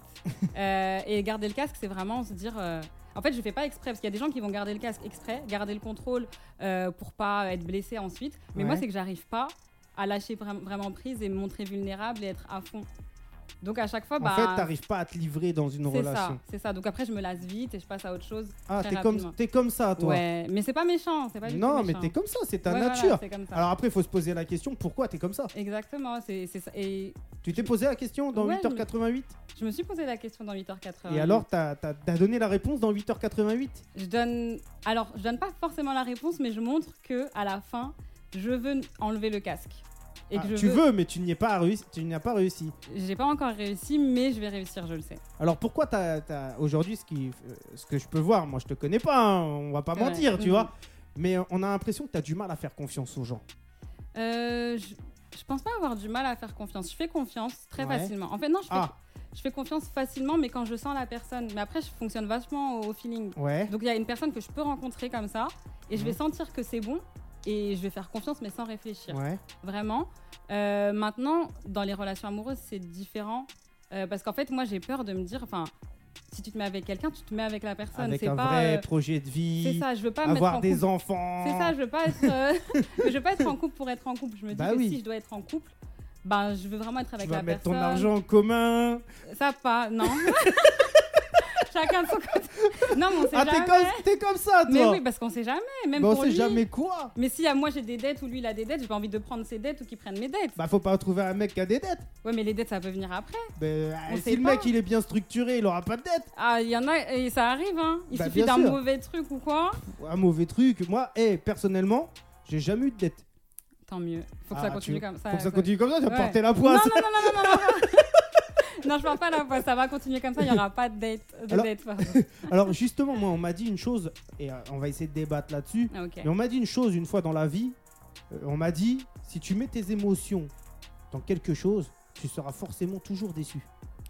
D: Euh, et garder le casque, c'est vraiment se dire. euh, En fait, je fais pas exprès parce qu'il y a des gens qui vont garder le casque exprès, garder le contrôle euh, pour pas être blessé ensuite. Mais
C: Ouais.
D: moi, c'est que j'arrive pas à lâcher vra- vraiment prise et me montrer vulnérable et être à fond. Donc à chaque fois, bah.
C: en fait, t'arrives pas à te livrer dans une
D: c'est ça,
C: relation.
D: c'est ça. Donc après, je me lasse vite et je passe à autre chose.
C: Ah,
D: très
C: t'es comme,
D: rapidement.
C: t'es comme ça, toi.
D: Ouais, mais c'est pas méchant, c'est pas du
C: non,
D: tout
C: mais
D: méchant.
C: t'es comme ça, c'est ta
D: Ouais, voilà,
C: nature.
D: c'est comme ça.
C: Alors après, il faut se poser la question pourquoi t'es comme ça
D: Exactement, c'est c'est ça. Et
C: Tu t'es posé la question dans
D: Ouais,
C: 8h88
D: je me suis posé la question dans 8h80.
C: Et alors, t'as t'as- t'as donné la réponse dans 8h88
D: Je donne. Alors, je donne pas forcément la réponse, mais je montre que à la fin, je veux enlever le casque. Et
C: Ah,
D: que je
C: Tu veux, mais tu n'y es pas réussi. Tu n'y as pas réussi.
D: J'ai pas encore réussi, mais je vais réussir, je le sais.
C: Alors pourquoi t'as, t'as- aujourd'hui ce, qui, euh, ce que je peux voir, moi je te connais pas, hein, on va pas
D: Ouais.
C: mentir, tu
D: Mhm.
C: vois. Mais euh, on a l'impression que t'as du mal à faire confiance aux gens.
D: Euh, je- Je pense pas avoir du mal à faire confiance. Je fais confiance très
C: Ouais.
D: facilement. En fait, non, je fais,
C: Ah,
D: je fais confiance facilement, mais quand je sens la personne. Mais après, je fonctionne vachement au feeling.
C: ouais.
D: Donc il y a une personne que je peux rencontrer comme ça, et
C: Mhm.
D: je vais sentir que c'est bon, et je vais faire confiance, mais sans réfléchir.
C: Ouais.
D: Vraiment. Euh, maintenant, dans les relations amoureuses, c'est différent. Euh, parce qu'en fait, moi, j'ai peur de me dire, enfin, si tu te mets avec quelqu'un, tu te mets avec la personne.
C: Avec
D: c'est
C: un
D: pas.
C: vrai
D: euh,
C: projet de
D: c'est
C: vie,
D: ça, je veux pas me mettre
C: avoir
D: en
C: des
D: couple.
C: enfants.
D: C'est ça, je veux pas être. euh, je veux pas être en couple pour être en couple. Je me dis
C: Bah
D: que
C: oui.
D: si je dois être en couple, ben, je veux vraiment être avec
C: tu vas
D: la
C: mettre
D: personne.
C: ton argent en commun.
D: Ça pas, non. Chacun de son côté. Non, mais on sait
C: Ah, t'es
D: jamais.
C: comme, t'es comme ça, toi.
D: Mais oui, parce qu'on sait jamais, même
C: Bah, on
D: pour
C: sait
D: lui.
C: jamais quoi.
D: Mais si à moi j'ai des dettes ou lui il a des dettes, j'ai pas envie de prendre ses dettes ou qu'il prenne mes dettes.
C: Bah, faut pas trouver un mec qui a des dettes.
D: Ouais, mais les dettes ça peut venir après.
C: Bah, euh,
D: sait
C: si le mec
D: pas.
C: il est bien structuré, il aura pas de dettes.
D: Ah, il y en a et ça arrive hein. Il
C: Bah,
D: suffit
C: bien
D: d'un
C: sûr.
D: mauvais truc ou quoi.
C: Un mauvais truc. Moi, eh, personnellement, j'ai jamais eu de dettes.
D: Tant mieux. Faut que
C: Ah,
D: ça
C: tu-
D: continue comme ça.
C: Faut que ça continue comme ça, tu vas
D: Ouais.
C: porter la
D: Non, non,
C: poisse.
D: non, non, non, non. non. non, je parle pas là. ouais, Ça va continuer comme ça. Il y aura pas de dette. De
C: Alors-
D: dette, pardon.
C: Alors, justement, moi, on m'a dit une chose, et euh, on va essayer de débattre là-dessus.
D: Ah, ok.
C: Mais on m'a dit une chose une fois dans la vie. Euh, on m'a dit si tu mets tes émotions dans quelque chose, tu seras forcément toujours déçu.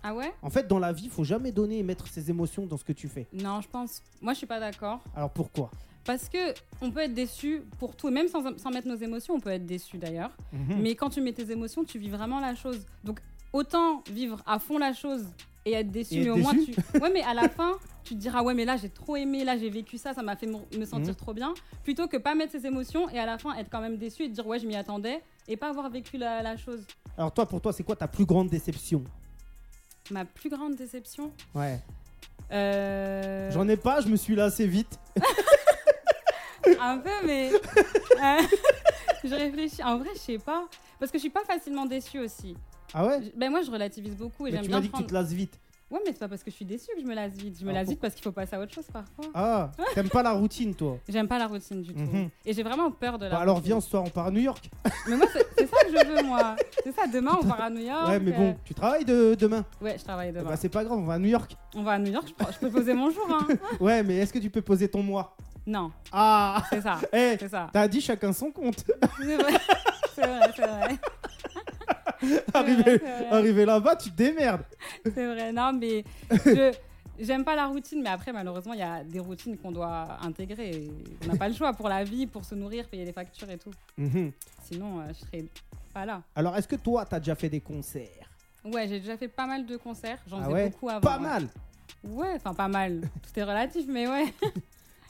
D: Ah ouais.
C: En fait, dans la vie, faut jamais donner et mettre ses émotions dans ce que tu fais.
D: Non, je pense. Moi, je suis pas d'accord.
C: Alors pourquoi
D: Parce que on peut être déçu pour tout, et même sans, sans mettre nos émotions, on peut être déçu d'ailleurs.
C: Mm.
D: Mais quand tu mets tes émotions, tu vis vraiment la chose. Donc autant vivre à fond la chose et être déçu,
C: Et
D: mais
C: être
D: au moins
C: déçu.
D: tu. Ouais, mais à la fin, tu te diras ouais, mais là j'ai trop aimé, là j'ai vécu ça, ça m'a fait me me sentir
C: Mhm.
D: trop bien, plutôt que pas mettre ses émotions et à la fin être quand même déçu et te dire ouais, je m'y attendais et pas avoir vécu la, la chose.
C: Alors toi, pour toi, c'est quoi ta plus grande déception
D: Ma plus grande déception.
C: Ouais.
D: euh,
C: J'en ai pas, je me suis lassé vite.
D: Un peu, mais. euh, je réfléchis. En vrai, je sais pas. Parce que je suis pas facilement déçue aussi.
C: Ah ouais
D: Je- Ben moi, je relativise beaucoup et
C: Mais
D: j'aime
C: Tu m'as
D: bien
C: dit que tu
D: prendre.
C: te lasses vite.
D: Ouais, mais c'est pas parce que je suis déçue que je me lasse vite. Je me
C: Alors
D: lasse
C: Ah, pour-
D: vite parce qu'il faut passer à autre chose parfois.
C: Ah, t'aimes pas la routine, toi
D: J'aime pas la routine du tout.
C: Mhm.
D: Et j'ai vraiment peur de la
C: Bah, Alors
D: routine.
C: viens, ce soir, on part à New York.
D: Mais moi, c'est c'est ça que je veux, moi. C'est ça, demain, on part à New York.
C: ouais, mais bon, tu travailles de- demain.
D: euh, Ouais, je travaille
C: Eh
D: Ah, demain.
C: Bah c'est pas grave, on va à New York.
D: On va à New York, je, prends- je peux poser mon jour. Hein.
C: ouais, mais est-ce que tu peux poser ton mois
D: Non,
C: Ah
D: c'est ça.
C: Eh
D: C'est ça.
C: T'as dit chacun son compte.
D: C'est vrai, c'est vrai. C'est vrai.
C: Arrivé,
D: c'est vrai.
C: arrivé là-bas, tu te démerdes.
D: C'est vrai, non, mais je. J'aime pas la routine, mais après, malheureusement, il y a des routines qu'on doit intégrer. et On n'a pas le choix pour la vie, pour se nourrir, payer les factures et tout.
C: Mhm.
D: Sinon, euh, je serais pas là.
C: Alors, est-ce que toi, t'as déjà fait des concerts
D: Ouais, j'ai déjà fait pas mal de concerts. J'en
C: Ah
D: faisais
C: ouais
D: beaucoup avant.
C: Pas
D: bah, ouais.
C: mal.
D: Ouais, enfin pas mal. Tout est relatif, mais ouais.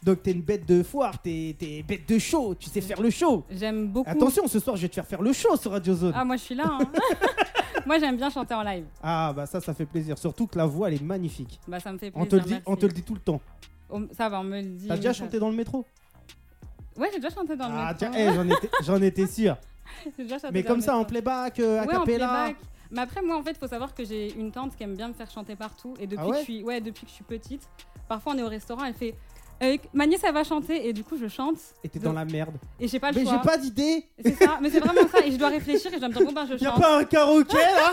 C: Donc, t'es une bête de foire, t'es t'es bête de show, tu sais faire le show.
D: J'aime beaucoup.
C: Attention, ce soir, je vais te faire faire le show sur Radio Zone.
D: Ah, moi je suis là. hein. moi j'aime bien chanter en live.
C: Ah, bah ça, ça fait plaisir. Surtout que la voix, elle est magnifique.
D: Bah ça me fait plaisir.
C: On te, le dit, on
D: merci.
C: te le dit tout le temps.
D: Oh, Ça va, on me le dit.
C: T'as déjà
D: ça-
C: chanté dans le métro
D: Ouais, j'ai déjà chanté dans le
C: Ah,
D: métro.
C: tiens, eh, j'en étais, j'en étais sûr.
D: J'ai déjà chanté
C: Mais
D: dans
C: comme
D: le
C: ça, en
D: métro.
C: playback, euh, a
D: Ouais, en
C: cappella.
D: playback. Mais après, moi en fait, faut savoir que j'ai une tante qui aime bien me faire chanter partout. Et depuis,
C: Ah ouais
D: que, je suis... ouais, depuis que je suis petite, parfois on est au restaurant, elle fait euh, Ma nièce, elle va chanter. Et du coup, je chante.
C: Et t'es dans la merde.
D: Et j'ai pas le
C: Mais
D: choix.
C: j'ai pas d'idée.
D: C'est ça, mais c'est vraiment ça. Et je dois réfléchir et je dois me dire Bon, ben je
C: Y a
D: chante.
C: pas un karaoké là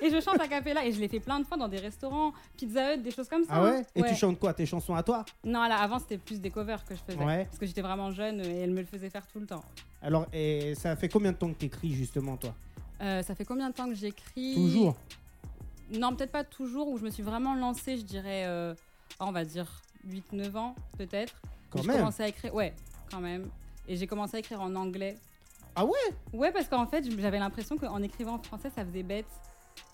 D: Et je chante à cappella et je l'ai fait plein de fois dans des restaurants, Pizza Hut, des choses comme ça. hein.
C: Ah ouais Et tu
D: Ouais.
C: chantes quoi Tes chansons à toi
D: Non, là, avant, c'était plus des covers que je faisais.
C: Ouais.
D: Parce que j'étais vraiment jeune et elle me le faisait faire tout le temps.
C: Alors, et ça fait combien de temps que t'écris justement, toi
D: Euh, ça fait combien de temps que j'écris
C: Toujours.
D: Non, peut-être pas toujours, où je me suis vraiment lancée, je dirais, euh, ah, on va dire 8-9 ans, peut-être.
C: Quand
D: J'ai
C: même.
D: commencé à écrire, ouais, quand même. Et j'ai commencé à écrire en anglais.
C: Ah ouais
D: Ouais, parce qu'en fait, j'avais l'impression qu'en écrivant en français, ça faisait bête.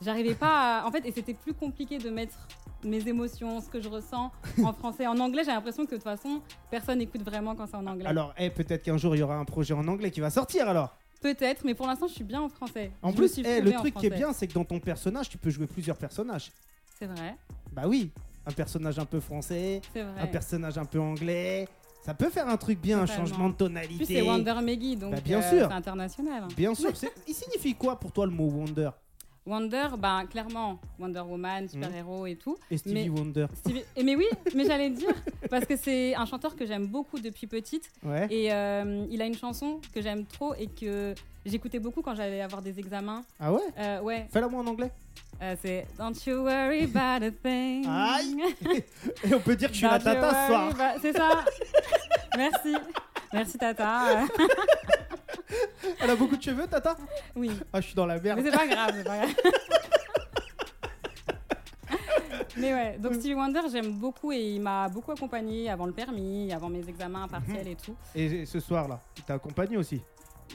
D: J'arrivais pas à. En fait, et c'était plus compliqué de mettre mes émotions, ce que je ressens en français. En anglais, j'ai l'impression que de toute façon, personne n'écoute vraiment quand c'est en anglais.
C: Alors, eh, peut-être qu'un jour il y aura un projet en anglais qui va sortir alors.
D: Peut-être, mais pour l'instant, je suis bien en français.
C: En
D: Je me
C: plus,
D: suis
C: eh,
D: trouvée
C: le
D: en
C: truc qui est
D: français.
C: bien, c'est que dans ton personnage, tu peux jouer plusieurs personnages.
D: C'est vrai,
C: Bah oui, un personnage un peu français,
D: c'est vrai.
C: un personnage un peu anglais. Ça peut faire un truc bien, un
D: Totalement.
C: changement de
D: En plus,
C: tonalité.
D: c'est Wonder Meggy, donc
C: Bah, bien
D: euh,
C: sûr.
D: c'est international.
C: Bien sûr, c'est- il signifie quoi pour toi le mot Wonder
D: Wonder, ben clairement, Wonder
C: Hmm.
D: Woman, super-héros et tout.
C: et Stevie
D: Mais-
C: Wonder
D: Stevie- Eh, mais oui, mais j'allais le dire, parce que c'est un chanteur que j'aime beaucoup depuis petite.
C: Ouais.
D: Et euh, il a une chanson que j'aime trop et que j'écoutais beaucoup quand j'allais avoir des examens.
C: Ah ouais
D: Euh, ouais,
C: Fais-la moi en anglais.
D: euh, c'est Don't you worry about a thing.
C: Aïe Et on peut dire que je suis la
D: Don't you
C: tata ce
D: worry
C: soir.
D: about- C'est ça. Merci. Merci, Tata.
C: Elle a beaucoup de cheveux, Tata
D: Oui.
C: Ah, je suis dans la
D: Mais
C: merde.
D: c'est pas grave, c'est pas grave. Mais ouais, donc Stevie Wonder, j'aime beaucoup et il m'a beaucoup accompagné avant le permis, avant mes examens partiels et tout.
C: Et ce soir-là, tu t'as accompagné aussi.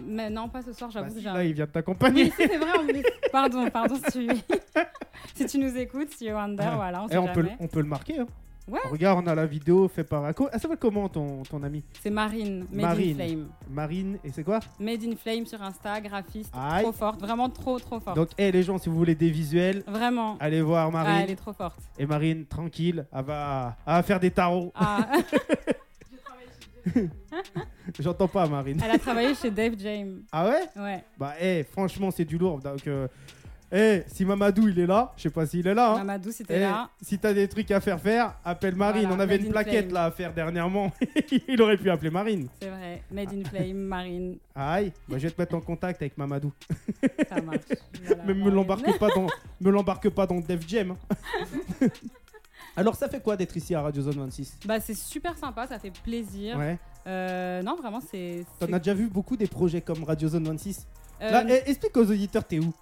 D: Mais non, pas ce soir, j'avoue
C: Bah
D: que
C: si,
D: j'ai
C: là,
D: un...
C: il vient de
D: Oui,
C: t'accompagner.
D: si, c'est vrai, en plus. Pardon, pardon si tu, si tu nous écoutes, Stevie Wonder,
C: Ah.
D: voilà, on sait
C: Eh, on, peut,
D: jamais.
C: on peut le marquer. hein.
D: Ouais.
C: Regarde, on a la vidéo faite par Ako. Elle s'appelle comment ton, ton ami
D: C'est Marine, Made
C: Marine.
D: in Flame.
C: Marine, et c'est quoi
D: Made in Flame sur Insta, graphiste,
C: Aïe.
D: trop forte, vraiment trop, trop forte.
C: Donc, eh, les gens, si vous voulez des visuels,
D: Vraiment,
C: allez voir Marine.
D: Ah, elle est trop forte.
C: Et Marine, tranquille, elle va, elle va faire des tarots.
D: Ah,
C: J'entends pas, Marine.
D: elle a travaillé chez Dave James.
C: Ah ouais
D: Ouais,
C: Bah, eh, franchement, c'est du lourd. Donc, euh, eh, si Mamadou, il est là, je sais pas s'il est là. hein.
D: Mamadou, si t'es
C: Eh,
D: là.
C: Si t'as des trucs à faire faire, appelle Marine.
D: Voilà,
C: On avait
D: Made
C: une
D: in
C: plaquette
D: Flame.
C: là à faire dernièrement. il aurait pu appeler Marine.
D: C'est vrai, Made in Flame, Marine,
C: Aïe, bah, je vais te mettre en contact avec Mamadou.
D: ça marche. Voilà,
C: Mais me
D: Bah, Marine.
C: l'embarque pas dans, me l'embarque pas dans Def Jam. hein. Alors ça fait quoi d'être ici à Radio Zone 26
D: Bah, c'est super sympa, ça fait plaisir.
C: Ouais.
D: Euh, non, vraiment, c'est.
C: T'en
D: c'est-
C: as déjà vu beaucoup des projets comme Radio Zone 26
D: Euh,
C: Là, eh, explique aux auditeurs, t'es où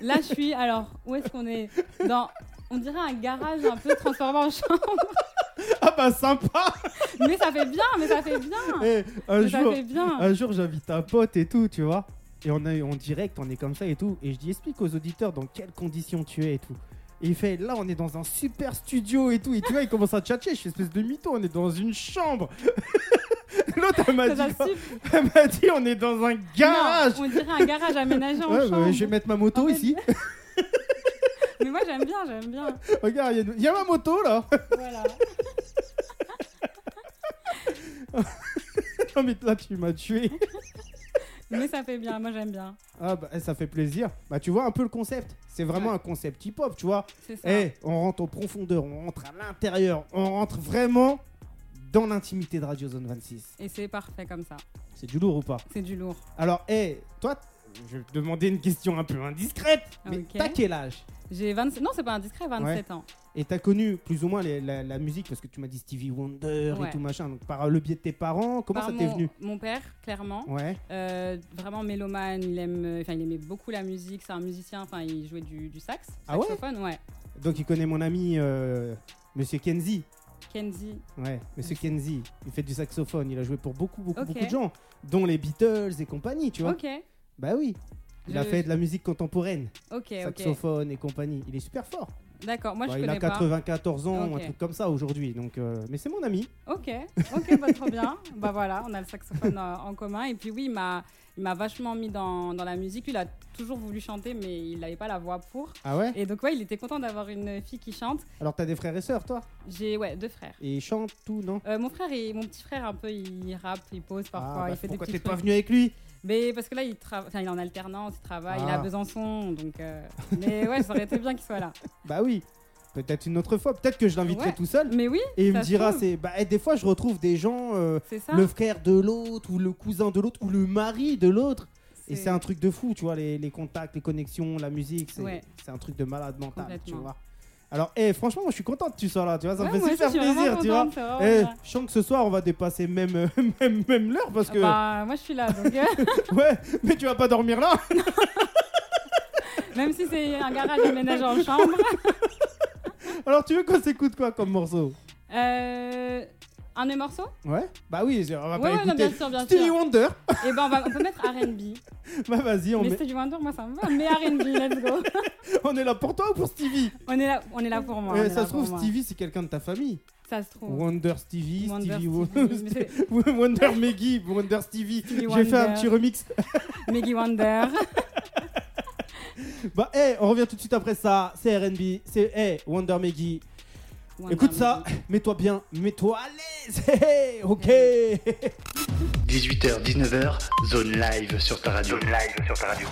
D: là, je suis. Alors, où est-ce qu'on est Dans. On dirait un garage un peu transformé en chambre.
C: Ah bah sympa
D: Mais ça fait bien, mais ça fait bien.
C: Eh, Un
D: Mais ça
C: jour,
D: fait bien.
C: un jour j'invite un pote et tout, tu vois. Et on est en direct, on est comme ça et tout. Et je dis, explique aux auditeurs dans quelles conditions tu es et tout. Et il fait, là, on est dans un super studio et tout. Et tu vois, il commence à tchatcher. Je suis espèce de mytho, on est dans une chambre. L'autre, elle m'a
D: Ça, ça
C: dit, quoi
D: suffit.
C: elle m'a dit, on est dans un garage.
D: Non, on dirait un garage aménagé en
C: Ouais,
D: chambre.
C: bah, je vais mettre ma moto
D: En fait,
C: ici.
D: Mais moi j'aime bien, j'aime bien.
C: Regarde, il y a une- il y, a ma moto là.
D: Voilà.
C: non, mais là, tu m'as tué.
D: Mais ça fait bien, moi j'aime bien.
C: Ah, bah, ça fait plaisir. Bah, tu vois un peu le concept. C'est vraiment
D: Ouais.
C: un concept hip-hop, tu vois.
D: C'est ça.
C: Eh, on rentre en profondeur, on rentre à l'intérieur, on rentre vraiment dans l'intimité de Radio Zone 26.
D: Et c'est parfait comme ça.
C: C'est du lourd ou pas
D: C'est du lourd.
C: Alors, eh, toi, je vais te demander une question un peu indiscrète. Mais
D: Ok.
C: t'as quel âge
D: J'ai 27. Non, c'est pas indiscret, 27 ans.
C: Et t'as connu plus ou moins les- la, la musique parce que tu m'as dit Stevie Wonder et
D: Ouais.
C: tout machin. Donc, par le biais de tes parents, comment
D: Par
C: ça t'est
D: mon,
C: venu
D: Mon père, clairement.
C: Ouais.
D: Euh, vraiment mélomane, il aime, enfin il aimait beaucoup la musique, c'est un musicien, enfin il jouait du, du sax,
C: Ah ouais
D: saxophone, ouais.
C: Donc, il connaît mon ami euh, Monsieur Kenzie.
D: Kenzie,
C: Ouais, Monsieur Kenzie. Il fait du saxophone. Il a joué pour beaucoup, beaucoup,
D: Ok.
C: beaucoup de gens, dont les Beatles et compagnie, tu vois.
D: ok,
C: Bah oui. Il a
D: Je-
C: fait de la musique contemporaine.
D: ok, ok,
C: saxophone et compagnie. Il est super fort.
D: d'accord, moi
C: Bah,
D: je
C: il a
D: connais pas.
C: 94 ans,
D: Ok.
C: un truc comme ça aujourd'hui. Donc, euh, mais c'est mon ami.
D: Ok, ok, bah, trop bien. Bah voilà, on a le saxophone euh, en commun. Et puis oui, il m'a, il m'a vachement mis dans, dans la musique. Lui, il a toujours voulu chanter, mais il n'avait pas la voix pour.
C: Ah ouais
D: Et donc ouais, il était content d'avoir une fille qui chante.
C: Alors t'as des frères et sœurs toi
D: J'ai ouais deux frères.
C: Et ils chantent tout, non
D: Euh, mon frère et mon petit frère un peu il rappe, il pose parfois,
C: Ah, bah,
D: il fait des
C: Pourquoi
D: petits
C: t'es
D: trucs.
C: pas venu avec lui
D: Mais parce que là il travaille, il est en alternance, il travaille, il est
C: Ah.
D: à Besançon, donc. euh, Mais ouais, ça aurait été bien qu'il soit là.
C: Bah oui. Peut-être une autre fois. Peut-être que je l'inviterai
D: Ouais.
C: tout seul.
D: Mais oui,
C: Et il
D: ça
C: me
D: se
C: dira,
D: trouve.
C: c'est. Bah, eh, des fois, je retrouve des gens, euh,
D: c'est ça.
C: le frère de l'autre, ou le cousin de l'autre, ou le mari de l'autre. Et c'est un truc de fou, tu vois, les, les contacts, les connexions, la musique, c'est
D: Ouais.
C: c'est un truc de malade mental, tu
D: Complètement.
C: vois. Alors, eh, franchement, moi, je suis contente que tu sois là, tu vois, ça
D: Ouais,
C: me
D: moi
C: fait
D: aussi,
C: super
D: je suis vraiment
C: plaisir, tu vois.
D: contente, c'est vraiment
C: Eh,
D: bien.
C: je sens que ce soir on va dépasser même, euh, même, même l'heure parce que.
D: Bah moi je suis là, donc. euh,
C: Ouais, mais tu vas pas dormir là
D: Même si c'est un garage aménagé en chambre.
C: Alors tu veux qu'on s'écoute quoi comme morceau
D: Euh, un des morceaux
C: Ouais Bah oui, on va
D: Ouais,
C: pas
D: ouais, non,
C: écouter.
D: bien sûr, bien
C: Stevie
D: sûr.
C: Wonder
D: Et ben on, va- on peut mettre RB.
C: Bah vas-y, on,
D: Mais
C: met-
D: Stevie Wonder, moi ça me va. Mais RB, let's go.
C: on est là pour toi ou pour Stevie
D: On est là, on est là pour moi.
C: Eh,
D: on est
C: Ça
D: là
C: se
D: pour
C: trouve,
D: moi.
C: Stevie c'est quelqu'un de ta famille.
D: Ça se trouve.
C: Wonder Stevie,
D: Wonder
C: Stevie
D: Stevie, mais c'est-
C: Wonder, Wonder Maggie, Wonder Stevie.
D: Stevie
C: J'ai fait un
D: Wonder.
C: petit remix.
D: Maggie Wonder.
C: Bah, eh, on revient tout de suite après ça. C'est RB, c'est eh, Wonder Maggie.
D: Wonder
C: Écoute ça,
D: Maggie.
C: mets-toi bien, mets-toi à l'aise. Hey, ok.
D: Eh
A: 18h, 19h, zone live sur ta radio.
B: Zone live sur ta radio.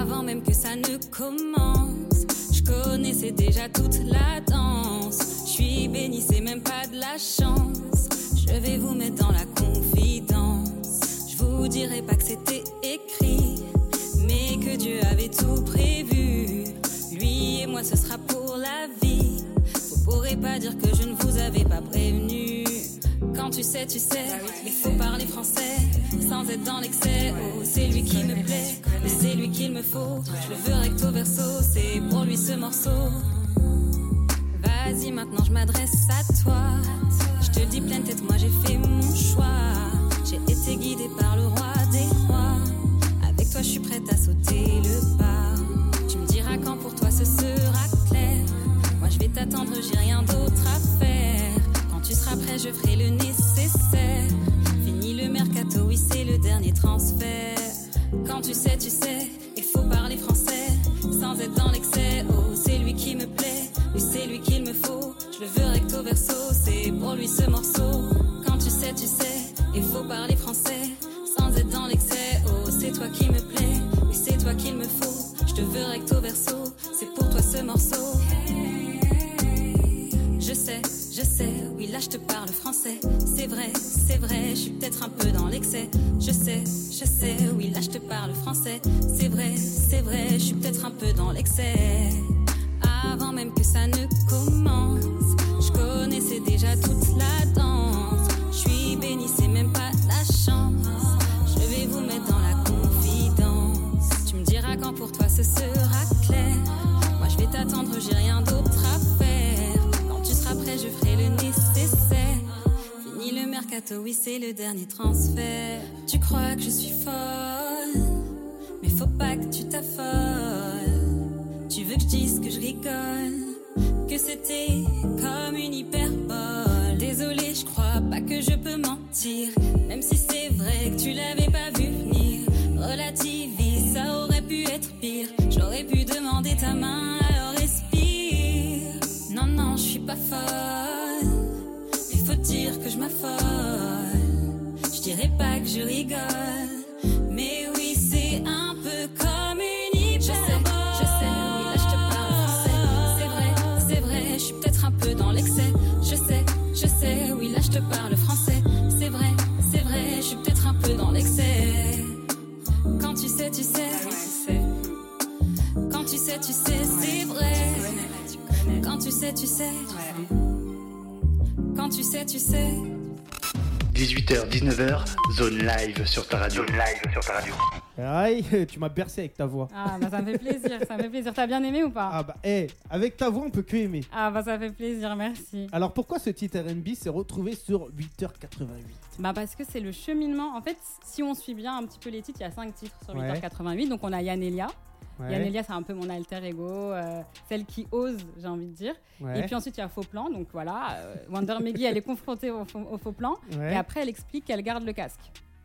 E: Avant même que ça ne commence, je connais. donné, c'est déjà toute la danse. Je suis bénie, c'est même pas de la chance. Je vais vous mettre dans la confidence. Je vous dirai pas que c'était écrit, mais que Dieu avait tout prévu. Lui et moi, ce sera pour la vie. Vous pourrez pas dire que je ne vous avais pas prévenu. Quand tu sais, tu sais, il faut parler français sans être dans l'excès. Oh, c'est lui qui me plaît, mais c'est lui qu'il me faut. Je le veux recto verso, c'est pour lui ce morceau. Vas-y, maintenant je m'adresse à toi. Je te le dis pleine tête, moi j'ai fait mon choix. J'ai été guidée par le roi des rois. Avec toi, je suis prête à sauter le pas. Tu me diras quand pour toi ce sera clair. Moi je vais t'attendre, j'ai rien d'autre à faire. Quand tu seras prêt, je ferai le nécessaire. Fini le mercato, oui, c'est le dernier transfert. Quand tu sais, tu sais, il faut parler français sans être dans l'excès. Oh, c'est lui qui me plaît, oui, c'est lui qu'il me faut. Je le veux recto verso, c'est pour lui ce morceau. Quand tu sais, tu sais, il faut parler français sans être dans l'excès. Oh, c'est toi qui me plaît, oui, c'est toi qu'il me faut. Je te veux recto verso, c'est pour toi ce morceau. Je sais, je sais, oui là je te parle français. C'est vrai, c'est vrai, je suis peut-être un peu dans l'excès. Je sais, je sais, oui là je te parle français. C'est vrai, c'est vrai, je suis peut-être un peu dans l'excès. Avant même que ça ne commence, je connaissais déjà toute la danse. Je suis bénie, c'est même pas la chance. Je vais vous mettre dans la confidence. Tu me diras quand pour toi ce sera clair. Moi je vais t'attendre, j'ai rien d'autre à faire. Quand tu seras prêt, je ferai le nécessaire. Fini le mercato, oui, c'est le dernier transfert. Tu crois que je suis folle, mais faut pas que tu t'affoles. Tu veux que je dise que je rigole, que c'était comme une hyperbole. Désolée, je crois pas que je peux mentir, même si c'est vrai que tu l'avais pas vu venir. Relativise, ça aurait pu être pire. J'aurais pu demander ta main, alors respire. Non, non, je suis pas folle. Mais faut dire que je m'affole. Je dirais pas que je rigole. Mais oui, c'est un peu comme une hyperbole. Je sais, je sais, oui, là je te parle français. C'est vrai, c'est vrai, je suis peut-être un peu dans l'excès. Je sais, je sais, oui, là je te parle français. C'est vrai, c'est vrai, je suis peut-être un peu dans l'excès. Quand tu sais, Ah tu sais. Quand tu sais, tu sais, c'est vrai. Quand tu sais, tu sais. Quand tu sais, tu sais.
A: 18h, 19h, zone live sur ta radio.
B: Zone live sur ta radio.
C: Aïe, tu m'as bercé avec ta voix.
D: Ah, bah ça me fait plaisir, ça me fait plaisir. T'as bien aimé ou pas
C: Ah bah, eh, avec ta voix, on peut que aimer.
D: Ah, bah ça fait plaisir, merci.
C: Alors pourquoi ce titre RB s'est retrouvé sur 8h88
D: Bah parce que c'est le cheminement. En fait, si on suit bien un petit peu les titres, il y a 5 titres sur
C: Ouais.
D: 8h88. Donc on a Yann Elia.
C: Ouais,
D: Yann Elia, c'est un peu mon alter ego, euh, celle qui ose, j'ai envie de dire.
C: ouais,
D: Et puis ensuite, il y a Faux Plan. Donc voilà, euh, Wonder Meggy, elle est confrontée au, faux- au Faux Plan.
C: ouais.
D: Et après, elle explique qu'elle garde le casque.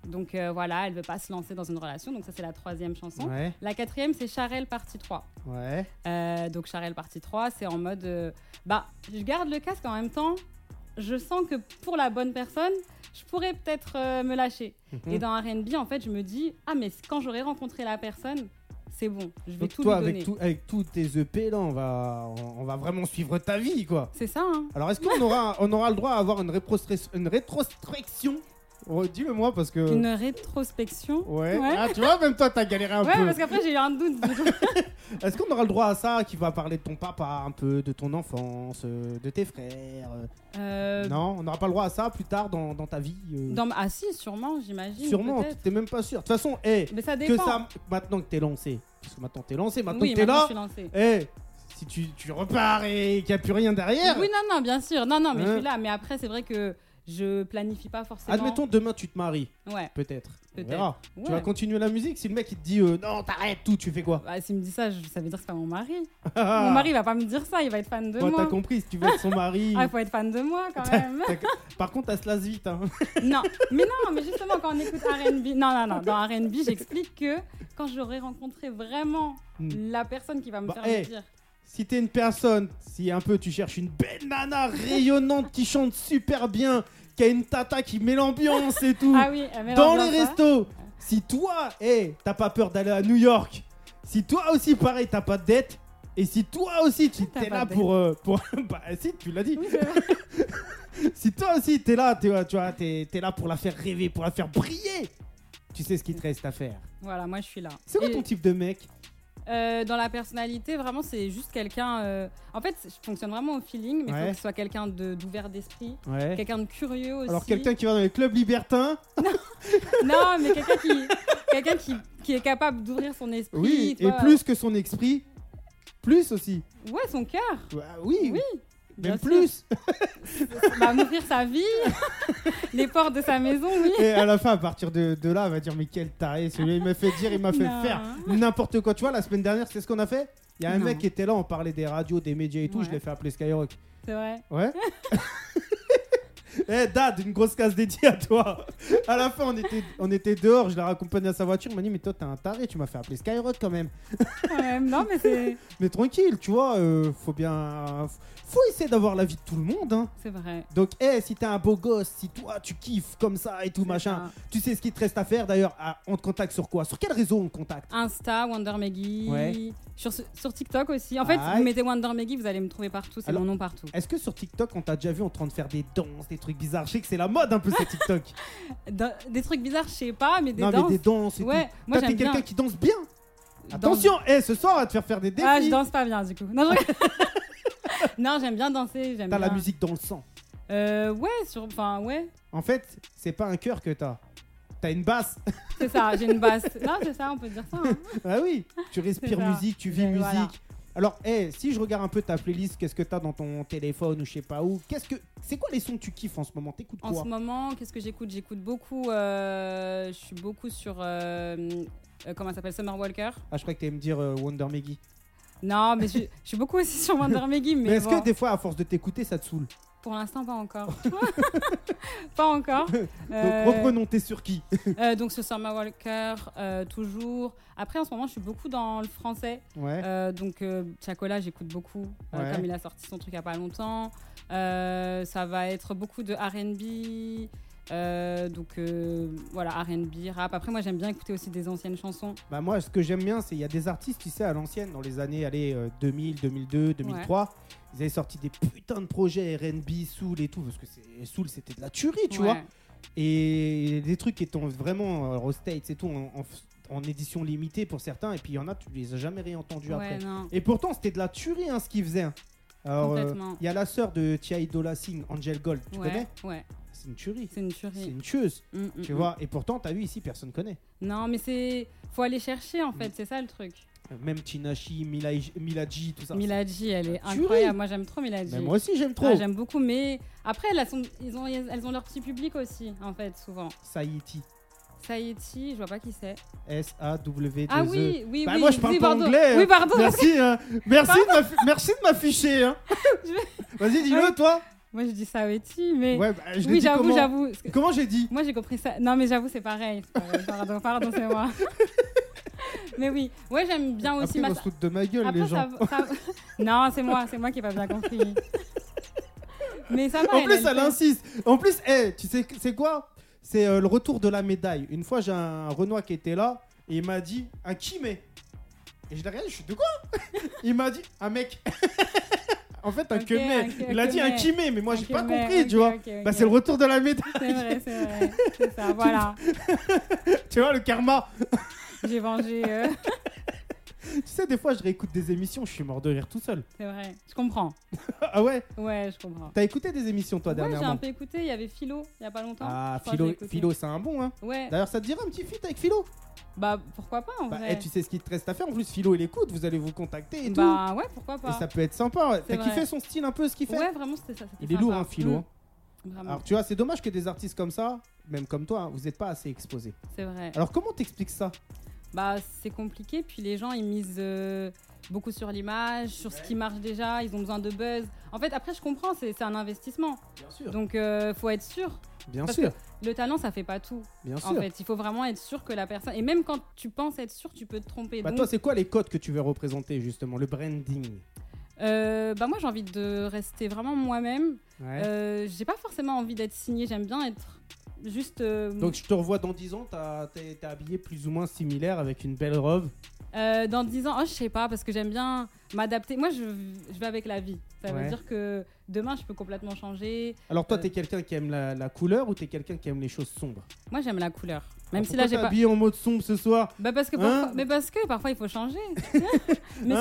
D: Donc euh, voilà, elle veut pas se lancer dans une relation. Donc ça, c'est la troisième chanson.
C: Ouais,
D: La quatrième, c'est Charelle, partie 3.
C: ouais.
D: Euh, donc Charelle partie 3, c'est en mode euh, bah je garde le casque en même temps, je sens que pour la bonne personne, je pourrais peut-être euh, me lâcher.
C: Mhm.
D: Et dans R&B en fait, je me dis ah mais quand j'aurai rencontré la personne, c'est bon, je vais
C: Donc
D: tout
C: toi,
D: lui
C: avec,
D: donner.
C: tout, avec tous tes EP, là, on va, on, on va vraiment suivre ta vie, quoi.
D: C'est ça hein.
C: Alors, est-ce qu'on aura, on aura le droit à avoir une, réprostre- une rétrospection Oh, Dis-le-moi, parce que...
D: Une rétrospection.
C: Ouais.
D: Ouais.
C: Ah, tu vois, même toi, t'as galéré un
D: Ouais,
C: peu.
D: parce qu'après j'ai eu un doute. du coup.
C: Est-ce qu'on aura le droit à ça qui va parler de ton papa un peu, de ton enfance, euh, de tes frères euh,
D: Euh,
C: Non, on n'aura pas le droit à ça plus tard dans, dans ta vie euh,
D: dans- ah si, sûrement, j'imagine.
C: Sûrement,
D: peut-être.
C: t'es même pas sûr. De toute façon, hé,
D: Mais ça
C: que
D: dépend.
C: ça, maintenant que t'es lancé, parce que maintenant t'es lancé, maintenant
D: oui,
C: que t'es
D: maintenant,
C: là,
D: je suis lancée.
C: hé, si tu, tu repars et qu'il n'y a plus rien derrière,
D: Oui, non, non, bien sûr. Non, non, mais je
C: Hein.
D: suis là. Mais après, c'est vrai que je planifie pas forcément.
C: admettons demain tu te maries,
D: Ouais.
C: peut-être. On
D: Peut-être.
C: verra. Tu
D: Ouais.
C: vas continuer la musique si le mec il te dit euh, non, t'arrêtes tout, tu fais quoi
D: Bah, s'il me dit ça, je- ça veut dire que c'est pas mon mari.
C: Ah,
D: Mon mari il va pas me dire ça, il va être fan de
C: Toi, t'as
D: moi.
C: compris, si tu veux être son mari.
D: Ah, il faut être fan de moi quand même.
C: Par contre, elle se lasse vite. Hein.
D: non, mais non, mais justement, quand on écoute RB, non, non, non, dans RB, j'explique que quand j'aurai rencontré vraiment
C: Hmm.
D: la personne qui va me
C: Bah,
D: faire
C: hey.
D: me dire.
C: Si t'es une personne, si un peu tu cherches une belle nana rayonnante qui chante super bien, qui a une tata qui met l'ambiance et tout,
D: Ah oui, elle met
C: dans les
D: l'ambiance, hein.
C: restos, si toi, hé, t'as pas peur d'aller à New York, si toi aussi pareil, t'as pas de dette, Et si toi aussi tu
D: T'as
C: t'es
D: pas
C: là
D: de-
C: pour, euh, pour bah si tu l'as dit.
D: Oui, c'est vrai.
C: Si toi aussi t'es là, t'es, tu vois, t'es, t'es là pour la faire rêver, pour la faire briller. Tu sais ce qu'il te reste à faire.
D: voilà, moi je suis là.
C: C'est quoi
D: Et,
C: ton type de mec
D: euh, Dans la personnalité, vraiment, c'est juste quelqu'un. euh, En fait, je fonctionne vraiment au feeling, mais il
C: Ouais.
D: faut que ce soit quelqu'un de- d'ouvert d'esprit,
C: Ouais.
D: quelqu'un de curieux aussi.
C: Alors quelqu'un qui va dans les clubs libertins.
D: Non, mais quelqu'un qui, quelqu'un qui, qui est capable d'ouvrir son esprit.
C: Oui.
D: tu
C: Et
D: vois.
C: plus que son esprit, plus aussi.
D: Ouais, son cœur.
C: Ouais, oui.
D: Oui, bien
C: Même
D: sûr.
C: plus.
D: va Bah, m'ouvrir sa vie, les portes de sa maison, oui.
C: Et à la fin, à partir de, de là, elle va dire mais quel taré celui-là, il m'a fait dire, il m'a fait
D: Non. hein.
C: faire n'importe quoi. Tu vois, la semaine dernière, c'est ce qu'on a fait. Il y a un
D: Non.
C: mec qui était là, on parlait des radios, des médias et tout. Je
D: Ouais.
C: l'ai fait appeler Skyrock.
D: C'est vrai.
C: Ouais. Eh Dad, une grosse case dédiée à toi. À la fin, on était, on était dehors, je la raccompagnais à sa voiture, il m'a dit mais toi t'es un taré, tu m'as fait appeler Skyrock quand même.
D: Quand même. Non, mais c'est,
C: Mais tranquille, tu vois, euh, faut bien, faut essayer d'avoir la vie de tout le monde. Hein.
D: c'est vrai.
C: Donc, eh, si t'es un beau gosse, si toi tu kiffes comme ça et tout machin, tu sais ce qu'il te reste à faire. D'ailleurs, ah, on te contacte sur quoi Sur quel réseau on te contacte
D: Insta, Wonder Maggie.
C: Ouais.
D: Sur, ce- sur TikTok aussi. En fait,
C: Aïe.
D: vous mettez Wonder Maggie, vous allez me trouver partout. C'est
C: Alors-
D: mon nom partout.
C: Est-ce que sur TikTok, on t'a déjà vu en train de faire des danses, des trucs bizarres Je sais que c'est la mode un peu sur TikTok.
D: Da- des trucs bizarres, je sais pas, mais Ah des
C: non,
D: danses.
C: mais des danses. Et
D: Ouais,
C: tout.
D: moi,
C: Toi, t'es
D: j'aime bien.
C: quelqu'un qui danse bien.
D: Dans-
C: Attention, eh, ce soir, on va te faire faire des défis.
D: Ah, je danse pas bien du coup. Non, je- Non, j'aime bien danser. J'aime
C: T'as la
D: bien.
C: musique dans le sang.
D: Euh, ouais, sur. Enfin, ouais.
C: En fait, c'est pas un cœur que t'as. T'as une basse.
D: C'est ça, j'ai une basse. Non, c'est ça, on peut dire ça. hein.
C: ah oui, tu respires
D: ça.
C: musique, tu vis
D: Mais
C: musique.
D: voilà.
C: Alors, eh, si je regarde un peu ta playlist, qu'est-ce que t'as dans ton téléphone ou je sais pas où Qu'est-ce que c'est quoi les sons que tu kiffes en ce moment T'écoutes
D: En
C: quoi
D: ce moment, qu'est-ce que j'écoute J'écoute beaucoup. euh, je suis beaucoup sur. euh, euh, comment ça s'appelle Summer Walker.
C: Ah, je croyais que t'allais me dire euh, Wonder Maggie.
D: Non, mais je, je suis beaucoup aussi sur Wonder Maggie.
C: Mais,
D: Mais,
C: est-ce
D: bon,
C: que des fois, à force de t'écouter, ça te saoule
D: pour l'instant, pas encore. pas encore. Euh,
C: Donc reprenons tes sur qui
D: euh, donc, sur Summer Walker, euh, toujours. Après, en ce moment, je suis beaucoup dans le français.
C: Ouais.
D: Euh, donc, euh, Chacola, j'écoute beaucoup. euh,
C: Ouais.
D: Comme il a sorti son truc il n'y a pas longtemps. Euh, ça va être beaucoup de RB. euh, donc euh, voilà, RB, rap. Après, moi j'aime bien écouter aussi des anciennes chansons.
C: Bah moi, ce que j'aime bien, c'est il y a des artistes, tu sais, à l'ancienne, dans les années allez, euh, 2000, 2002, 2003, ils avaient sorti des putains de projets R&B, soul et tout, parce que c'est- soul c'était de la tuerie, tu
D: Ouais.
C: vois. Et des trucs qui étaient vraiment alors, aux States et tout, en, en- en édition limitée pour certains, et puis il y en a, tu les as jamais réentendus
D: Ouais,
C: après.
D: non.
C: Et pourtant, c'était de la tuerie hein, ce qu'ils faisaient. hein. Alors, euh,
D: Complètement.
C: il y a la sœur de Tia Idola Singh, Angel Gold, tu
D: ouais,
C: connais
D: ouais.
C: C'est une tuerie,
D: c'est une
C: c'est
D: tuerie.
C: une tueuse,
D: Mm, mm,
C: tu
D: mm.
C: vois. Et pourtant, t'as vu ici, personne connaît.
D: Non, mais c'est. Faut aller chercher en fait, c'est ça le truc.
C: Même Tinashi, Milaji, Milaji, tout ça.
D: Miladji, elle est
C: Tuerie.
D: incroyable. Moi j'aime trop Miladji.
C: Mais moi aussi j'aime trop.
D: Ouais, Ah, j'aime beaucoup, mais après elles, sont- ils ont, elles ont leur petit public aussi en fait, souvent.
C: Saïti.
D: Saïti, je vois pas qui c'est.
C: S A W 2
D: Ah oui, oui,
C: Bah,
D: oui.
C: moi, je parle
D: oui,
C: pas
D: pardon.
C: anglais.
D: Oui, pardon.
C: Merci, hein. merci, de m'affi- merci de m'afficher. hein. Vas-y, dis-le toi.
D: Moi je dis Saïti, mais.
C: Ouais, bah, je l'ai
D: oui,
C: dit
D: j'avoue,
C: comment
D: j'avoue. Parce que-
C: Comment j'ai dit
D: Moi j'ai compris ça. Non, mais j'avoue, c'est pareil. c'est pareil. Pardon, pardon, c'est moi. mais oui, ouais, j'aime bien aussi
C: Après,
D: ma
C: ils vont se foutre de ma gueule,
D: Après,
C: les
D: ça
C: gens.
D: va- ça va- non, c'est moi, c'est moi qui n'ai pas bien compris. Mais ça va.
C: En
D: elle,
C: plus,
D: elle
C: elle
D: fait-
C: insiste. En plus, hey, tu sais, que- c'est quoi C'est euh, le retour de la médaille. Une fois, j'ai un Renoir qui était là et il m'a dit un kimé. Et je l'ai regardé, je suis de quoi Il m'a dit un mec. en fait, un
D: Ok,
C: que
D: un
C: mec.
D: que-
C: Il a
D: que
C: dit un
D: mec.
C: kimé, mais moi, j'ai
D: Ok,
C: pas
D: mais-
C: compris, tu
D: ok,
C: vois.
D: ok, ok.
C: Bah, c'est le retour de la médaille,
D: C'est vrai, c'est vrai. C'est ça, voilà.
C: tu vois, le karma.
D: J'ai vengé. euh,
C: Tu sais, des fois, je réécoute des émissions, je suis mort de rire tout seul.
D: C'est vrai. Je comprends.
C: Ah ouais
D: Ouais, je comprends.
C: T'as écouté des émissions, toi,
D: Ouais, j'ai
C: dernièrement
D: un peu écouté. Il y avait Philo il y a pas longtemps.
C: Ah,
D: Je crois que
C: Philo,
D: j'ai écouté.
C: Philo c'est un bon, hein.
D: Ouais.
C: D'ailleurs, ça te dirait un petit feat avec Philo
D: Bah pourquoi pas en
C: Bah,
D: vrai.
C: eh, tu sais ce qu'il te reste à faire. En plus, Philo, il écoute, vous allez vous contacter et
D: Bah ouais, pourquoi
C: tout. Et
D: pas.
C: ça peut être sympa.
D: C'est
C: T'as kiffé
D: vrai.
C: son style un peu, ce qu'il fait
D: Ouais, vraiment c'était ça. c'était
C: Il est
D: sympa.
C: lourd, hein, Philo. hein.
D: Mm, vraiment,
C: Alors, tu vois, c'est dommage que des artistes comme ça, même comme toi, hein, vous n'êtes pas assez exposés.
D: c'est vrai.
C: Alors, comment t'expliques ça
D: Bah c'est compliqué. Puis les gens ils misent euh, beaucoup sur l'image, sur ce qui marche déjà. Ils ont besoin de buzz. En fait après je comprends, c'est c'est un investissement.
C: Bien sûr.
D: Donc euh, faut être sûr.
C: Bien
D: parce
C: sûr,
D: Le talent, ça fait pas tout.
C: bien
D: En
C: sûr.
D: fait, il faut vraiment être sûr que la personne. Et même quand tu penses être sûr, tu peux te tromper.
C: Bah,
D: Donc,
C: toi, c'est quoi les codes que tu veux représenter, justement Le branding.
D: euh, bah moi, j'ai envie de rester vraiment moi-même.
C: Ouais.
D: Euh, j'ai pas forcément envie d'être signée. J'aime bien être juste. euh,
C: Donc je te revois dans 10 ans, t'as- t'es t'es habillé plus ou moins similaire avec une belle robe.
D: euh, dans 10 ans, oh, je sais pas, parce que j'aime bien. m'adapter. Moi, je, je vais avec la vie. Ça
C: Ouais.
D: veut dire que demain, je peux complètement changer.
C: Alors toi,
D: Euh,
C: t'es quelqu'un qui aime la, la couleur ou t'es quelqu'un qui aime les choses sombres
D: Moi, j'aime la couleur. Même
C: Alors,
D: si là,
C: Ah, pourquoi
D: j'ai
C: t'es
D: pas.
C: habillé en mode sombre ce soir.
D: Bah parce que
C: Hein
D: parfois, mais parce que parfois il faut changer. mais
C: Hein,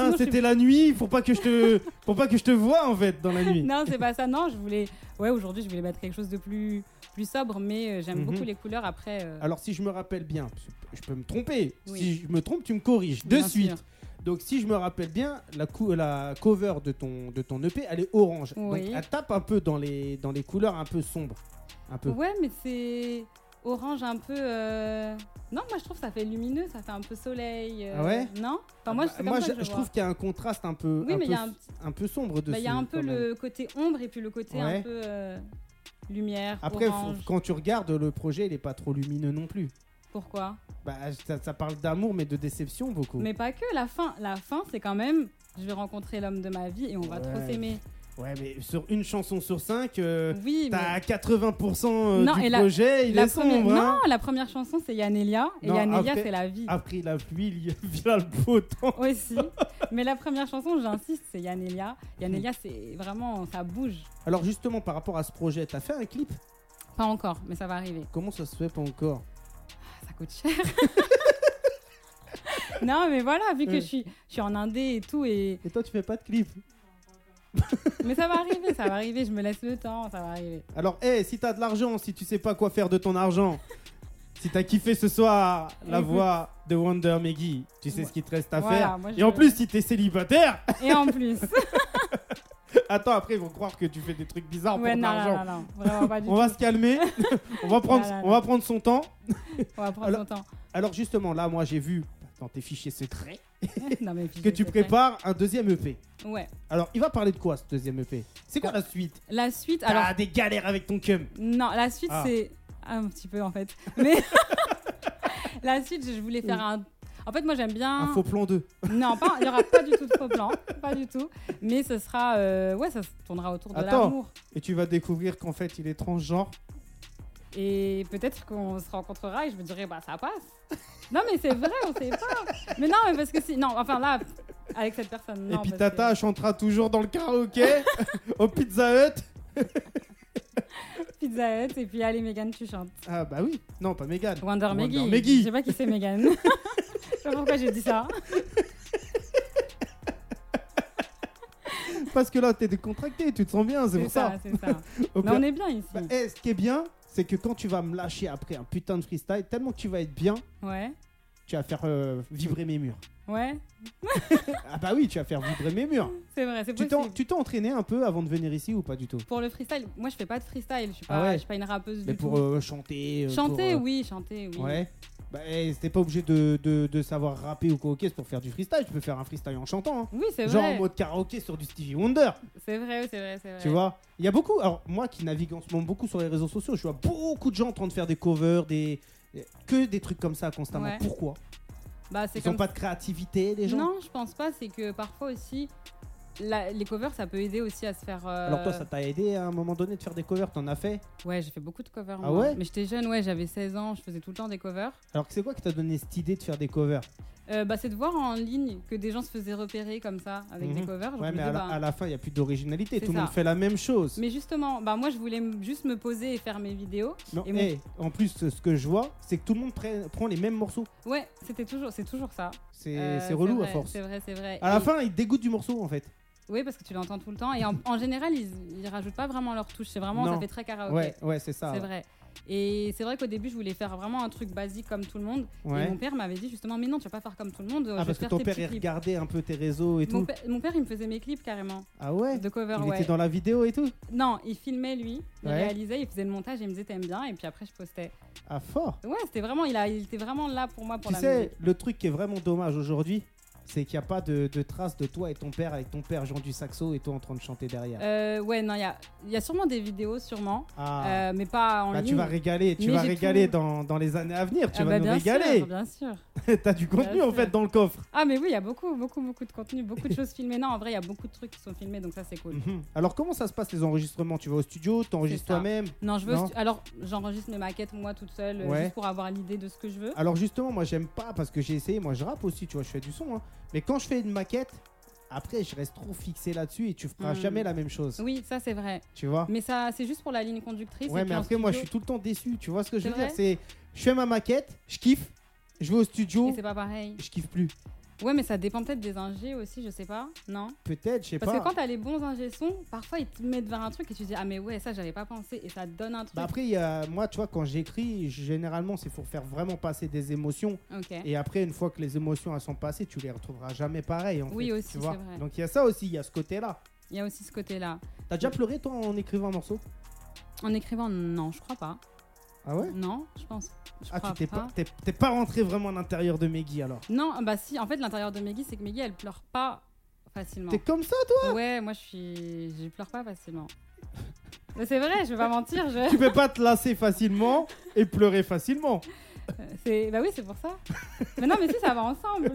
D: sinon, je
C: C'était
D: suis-
C: la nuit, faut pas que je te, faut pas que je te vois en fait dans la nuit.
D: Non, c'est pas ça. Non, je voulais. Ouais, aujourd'hui, je voulais mettre quelque chose de plus plus sobre, mais euh, j'aime
C: Mhm.
D: beaucoup les couleurs. Après, euh,
C: Alors si je me rappelle bien, parce que je peux me tromper.
D: Oui.
C: Si je me trompe, tu me corriges de
D: bien
C: suite.
D: sûr.
C: Donc si je me rappelle bien, la, cou- euh, la cover de ton, de ton EP, elle est orange.
D: Oui.
C: Donc elle tape un peu dans les, dans les couleurs un peu sombres. Un peu.
D: Ouais, mais c'est orange un peu. euh, Non, moi je trouve que ça fait lumineux, ça fait un peu soleil. euh,
C: Ah ouais
D: Non. Enfin, moi,
C: Bah,
D: c'est comme ça
C: je,
D: que
C: je
D: vois.
C: trouve qu'il y a un contraste un peu,
D: Oui,
C: un peu,
D: mais il y a un
C: s- un peu sombre dessus.
D: Bah, il y a un peu
C: quand même.
D: le côté ombre et puis le côté
C: Ouais.
D: un peu euh, lumière.
C: Après, faut-
D: orange.
C: quand tu regardes, le projet, il est pas trop lumineux non plus.
D: Pourquoi
C: Bah, ça, ça parle d'amour, mais de déception beaucoup.
D: Mais pas que. La fin, la fin, c'est quand même. Je vais rencontrer l'homme de ma vie et on va
C: Ouais.
D: trop s'aimer.
C: Ouais, mais sur une chanson sur cinq, euh,
D: oui,
C: t'as
D: mais
C: 80%
D: Non,
C: euh, du
D: et la-
C: projet, il
D: la
C: est
D: première...
C: sombre. hein.
D: non, la première chanson c'est Yanelia et
C: Non,
D: Yanelia
C: après-
D: c'est la vie
C: Après la pluie, il y a- vient le beau temps.
D: aussi. mais la première chanson, j'insiste, c'est Yanelia. Yanelia c'est vraiment ça bouge.
C: Alors justement, par rapport à ce projet, t'as fait un clip
D: Pas encore, mais ça va arriver. Ah,
C: Comment ça se fait pas encore
D: Ça coûte cher. non, mais voilà, vu que
C: Ouais.
D: je suis, je suis en indé et tout, et
C: Et toi, tu fais pas de clip
D: mais ça va arriver, ça va arriver. Je me laisse le temps, ça va arriver.
C: Alors, hé, si t'as de l'argent, si tu sais pas quoi faire de ton argent, si t'as kiffé ce soir la
D: Écoute.
C: voix de Wonder Meggy, tu sais
D: Ouais.
C: ce qu'il te reste à
D: Voilà,
C: faire.
D: moi, je-
C: Et en plus, si t'es célibataire,
D: Et en plus,
C: attends, après, ils vont croire que tu fais des trucs bizarres
D: ouais,
C: pour
D: non,
C: ton argent.
D: non, non, non, vraiment pas du
C: On
D: tout.
C: va se calmer, on, va prendre,
D: Voilà,
C: on va prendre son temps.
D: On va prendre
C: Alors-
D: son temps.
C: Alors justement, là, moi, j'ai vu dans tes fichiers secrets
D: non, mais
C: que tu prépares un deuxième E EP.
D: Ouais.
C: Alors, il va parler de quoi ce deuxième EP C'est quoi la suite
D: La suite, alors
C: T'as des galères avec ton cum.
D: Non, la suite,
C: Ah.
D: c'est. ah, un petit peu, en fait. Mais. la suite, je voulais faire un. En fait, moi, j'aime bien.
C: Un faux plan 2.
D: Non, pas- il n'y aura pas du tout de faux plan. Pas du tout. Mais ce sera. euh, Ouais, ça se tournera autour de
C: Attends.
D: l'amour.
C: Et tu vas découvrir qu'en fait, il est transgenre.
D: Et peut-être qu'on se rencontrera et je me dirai, bah, ça passe. Non, mais c'est vrai, on sait pas. Mais non, mais parce que si. Non, enfin là, avec cette personne. Non,
C: et puis
D: parce que-
C: Tata chantera toujours dans le karaoké, au Pizza Hut.
D: Pizza Hut, et puis allez, Megan, tu chantes.
C: Ah bah oui, non, pas Megan.
D: Wonder, Meggy.
C: Meggy.
D: Je sais pas qui c'est Megan. je sais pas pourquoi j'ai dit ça.
C: Parce que là, t'es décontracté, tu te sens bien, c'est pour ça.
D: C'est ça.
C: Au
D: Mais
C: pire-
D: on est bien ici.
C: Bah, eh, ce qui est bien, c'est que quand tu vas me lâcher après un putain de freestyle, tellement que tu vas être bien,
D: Ouais.
C: tu vas faire euh, vibrer mes murs.
D: Ouais,
C: ah bah oui, tu vas faire vibrer mes murs.
D: c'est vrai, c'est
C: Tu t'en-
D: possible.
C: tu t'es entraîné un peu avant de venir ici ou pas du tout
D: Pour le freestyle, moi je fais pas de freestyle, je suis
C: Ah
D: pas,
C: ouais.
D: je suis pas une rappeuse
C: Mais
D: du
C: pour
D: tout.
C: euh, chanter. euh,
D: chanter,
C: pour, euh,
D: oui, chanter, oui.
C: Ouais. Bah, eh, t'es pas obligé de, de- de savoir rapper ou karaoké pour faire du freestyle. Tu peux faire un freestyle en chantant. hein.
D: Oui, c'est
C: Genre en
D: vrai.
C: mode karaoké sur du Stevie Wonder.
D: C'est vrai, c'est vrai, c'est vrai.
C: Tu vois Il y a beaucoup. Alors, moi qui navigue en ce moment beaucoup sur les réseaux sociaux, je vois beaucoup de gens en train de faire des covers, des. Que des trucs comme ça constamment.
D: Ouais.
C: Pourquoi
D: Bah, c'est
C: Ils ont
D: comme
C: pas de créativité, les gens
D: Non, je pense pas, c'est que parfois aussi la- les covers ça peut aider aussi à se faire euh,
C: Alors, toi, ça t'a aidé à un moment donné de faire des covers T'en as fait
D: Ouais, j'ai fait beaucoup de covers
C: Ah
D: moi.
C: ouais
D: Mais j'étais jeune, ouais, j'avais 16 ans, je faisais tout le temps des covers.
C: Alors, c'est quoi qui t'a donné cette idée de faire des covers
D: Euh, bah, c'est de voir en ligne que des gens se faisaient repérer comme ça avec
C: Mhm.
D: des covers, je
C: Ouais,
D: me
C: mais
D: dis,
C: à la,
D: bah,
C: à la fin, il n'y a plus d'originalité.
D: C'est
C: Tout le monde
D: ça.
C: fait la même chose.
D: Mais justement, bah moi je voulais m- juste me poser et faire mes vidéos.
C: Non,
D: Et mon-
C: hey, en plus, ce que je vois, c'est que tout le monde prenne- prend les mêmes morceaux.
D: Ouais, c'était toujours c'est toujours ça.
C: C'est
D: Euh,
C: c'est relou
D: vrai,
C: à force.
D: C'est vrai, c'est vrai.
C: À la
D: Et-
C: fin, ils dégoûtent du morceau en fait.
D: Oui, parce que tu l'entends tout le temps. Et en, en général, ils, ils rajoutent pas vraiment leur touche. C'est vraiment,
C: Non.
D: ça fait très karaoké.
C: Ouais, ouais, c'est ça.
D: Ah, c'est
C: ouais.
D: vrai. Et c'est vrai qu'au début, je voulais faire vraiment un truc basique comme tout le monde.
C: Ouais.
D: Et mon père m'avait dit justement, mais non, tu vas pas faire comme tout le monde. je
C: Ah,
D: vais
C: parce que
D: faire
C: ton
D: tes
C: père,
D: petits
C: il
D: clips.
C: regardait un peu tes réseaux et
D: mon,
C: tout.
D: père- mon père, il me faisait mes clips carrément
C: Ah ouais
D: de cover.
C: Il
D: ouais.
C: était dans la vidéo et tout
D: Non, il filmait lui, il
C: Ouais.
D: réalisait, il faisait le montage et il me disait t'aimes bien. Et puis après, je postais.
C: Ah, fort
D: Ouais, c'était vraiment, il, a, il était vraiment là pour moi pour
C: Tu
D: la
C: sais,
D: musique.
C: le truc qui est vraiment dommage aujourd'hui, c'est qu'il n'y a pas de, de traces de toi et ton père avec ton père jouant du saxo et toi en train de chanter derrière.
D: Euh, ouais, non, il y a, il y a sûrement des vidéos, sûrement,
C: ah,
D: euh, mais pas en
C: bah,
D: ligne.
C: tu vas régaler, tu
D: Mais
C: vas
D: j'ai
C: régaler
D: tout.
C: dans, dans les années à venir, tu
D: Ah
C: vas
D: bah,
C: nous
D: bien sûr,
C: régaler.
D: bien sûr.
C: T'as du contenu
D: Bien
C: en fait
D: sûr.
C: dans le coffre.
D: Ah mais oui, il y a beaucoup, beaucoup, beaucoup de contenu, beaucoup de choses filmées. Non, en vrai, il y a beaucoup de trucs qui sont filmés, donc ça c'est cool.
C: Mhm. Alors comment ça se passe les enregistrements Tu vas au studio, t'enregistres
D: C'est ça.
C: toi-même
D: Non, je veux.
C: Non.
D: Alors, j'enregistre mes maquettes moi toute seule, euh,
C: Ouais.
D: juste pour avoir l'idée de ce que je veux.
C: Alors justement, moi j'aime pas parce que j'ai essayé, moi je rappe aussi, tu vois, je fais du son. hein. Mais quand je fais une maquette, Après, je reste trop fixé là-dessus et tu feras
D: Hmm.
C: jamais la même chose.
D: Oui, ça c'est vrai.
C: Tu vois
D: Mais ça, c'est juste pour la ligne conductrice. et
C: Ah. Ouais, mais
D: puis en
C: après, moi, je
D: studio,
C: suis tout le temps déçu. Tu vois ce que je
D: C'est
C: veux dire
D: vrai
C: C'est. Je fais ma maquette, je kiffe, je vais au studio,
D: et c'est pas pareil.
C: je kiffe plus.
D: Ouais, mais ça dépend peut-être des ingés aussi, je sais pas. Non
C: Peut-être, je sais
D: Parce
C: pas.
D: que quand t'as les bons ingés sons, parfois ils te mettent vers un truc et tu dis Ah, mais ouais, ça j'avais pas pensé et ça te donne un truc.
C: Bah après, il y a- moi, tu vois, quand j'écris, généralement, c'est pour faire vraiment passer des émotions.
D: ok.
C: Et après, une fois que les émotions elles sont passées, tu les retrouveras jamais pareilles. En
D: Oui,
C: fait,
D: aussi,
C: tu vois.
D: c'est vrai.
C: Donc il y a ça aussi, il y a ce côté-là.
D: Il y a aussi ce côté-là.
C: T'as déjà pleuré toi en écrivant un morceau
D: En écrivant, non, je crois pas.
C: Ah ouais
D: Non, je pense. Je
C: Ah, tu
D: crois
C: t'es pas, t'es- t'es pas rentré vraiment à l'intérieur de Meggy alors.
D: Non, bah si, en fait, l'intérieur de Meggy, c'est que Meggy, elle pleure pas facilement.
C: T'es comme ça, toi
D: Ouais, moi je suis. Je pleure pas facilement. Mais c'est vrai, je vais pas mentir. Je...
C: Tu peux pas te lasser facilement et pleurer facilement.
D: c'est- Bah oui, c'est pour ça. mais non, mais si, ça va ensemble.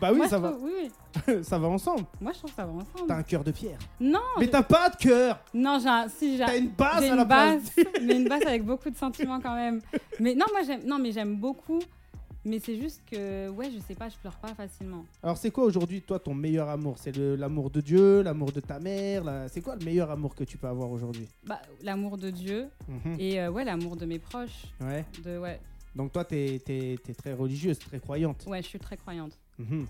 C: bah oui,
D: Moi,
C: ça
D: je
C: va,
D: trouve- Oui, oui.
C: ça va ensemble.
D: Moi, je trouve que ça va ensemble.
C: T'as un cœur de pierre.
D: Non,
C: Mais
D: je-
C: t'as pas de cœur
D: non, j'ai un- si j'ai
C: T'as une basse
D: j'ai
C: à
D: une
C: la place.
D: basse, mais une basse avec beaucoup de sentiments quand même. Mais non, moi j'aime, non, mais j'aime beaucoup. Mais c'est juste que, ouais, je sais pas, je pleure pas facilement.
C: Alors c'est quoi aujourd'hui toi ton meilleur amour C'est le- l'amour de Dieu, l'amour de ta mère la- C'est quoi le meilleur amour que tu peux avoir aujourd'hui
D: Bah, l'amour de Dieu
C: Mhm.
D: et euh, ouais, l'amour de mes proches.
C: Ouais.
D: De, ouais,
C: Donc toi t'es es, très religieuse, très croyante.
D: ouais, je suis très croyante.
C: Mhm.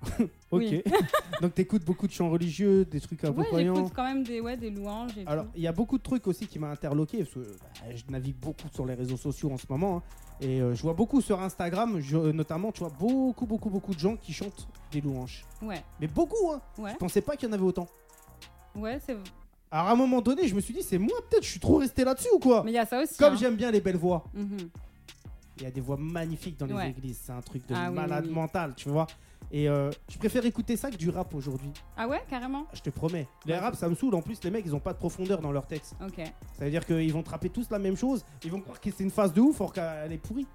C: ok.
D: Oui.
C: Donc t'écoutes beaucoup de chants religieux, des trucs un peu
D: Ouais,
C: Ah, croyants.
D: j'écoute quand même des, ouais, des louanges et
C: Alors,
D: tout.
C: il y a beaucoup de trucs aussi qui m'a interloqué, parce que bah, je navigue beaucoup sur les réseaux sociaux en ce moment, hein, et euh, je vois beaucoup sur Instagram, je- euh, notamment, tu vois, beaucoup, beaucoup, beaucoup de gens qui chantent des louanges.
D: Ouais,
C: Mais beaucoup, hein
D: ouais,
C: Je pensais pas qu'il y en avait autant.
D: ouais, c'est.
C: Alors, à un moment donné, je me suis dit, c'est moi, peut-être, je suis trop resté là-dessus ou quoi
D: Mais il y a ça aussi.
C: Comme
D: hein.
C: j'aime bien les belles voix,
D: Mhm.
C: il y a des voix magnifiques dans les
D: Ouais.
C: églises, c'est un truc de
D: Ah oui,
C: malade
D: oui, oui.
C: mental, tu vois. Et euh, je préfère écouter ça que du rap aujourd'hui,
D: Ah ouais, carrément
C: je te promets. Les
D: Ouais.
C: rap, ça me saoule, en plus, les mecs, ils ont pas de profondeur dans leur texte.
D: Ok.
C: Ça veut dire qu'ils vont trapper tous la même chose, ils vont croire que c'est une phase de ouf alors qu'elle est pourrie.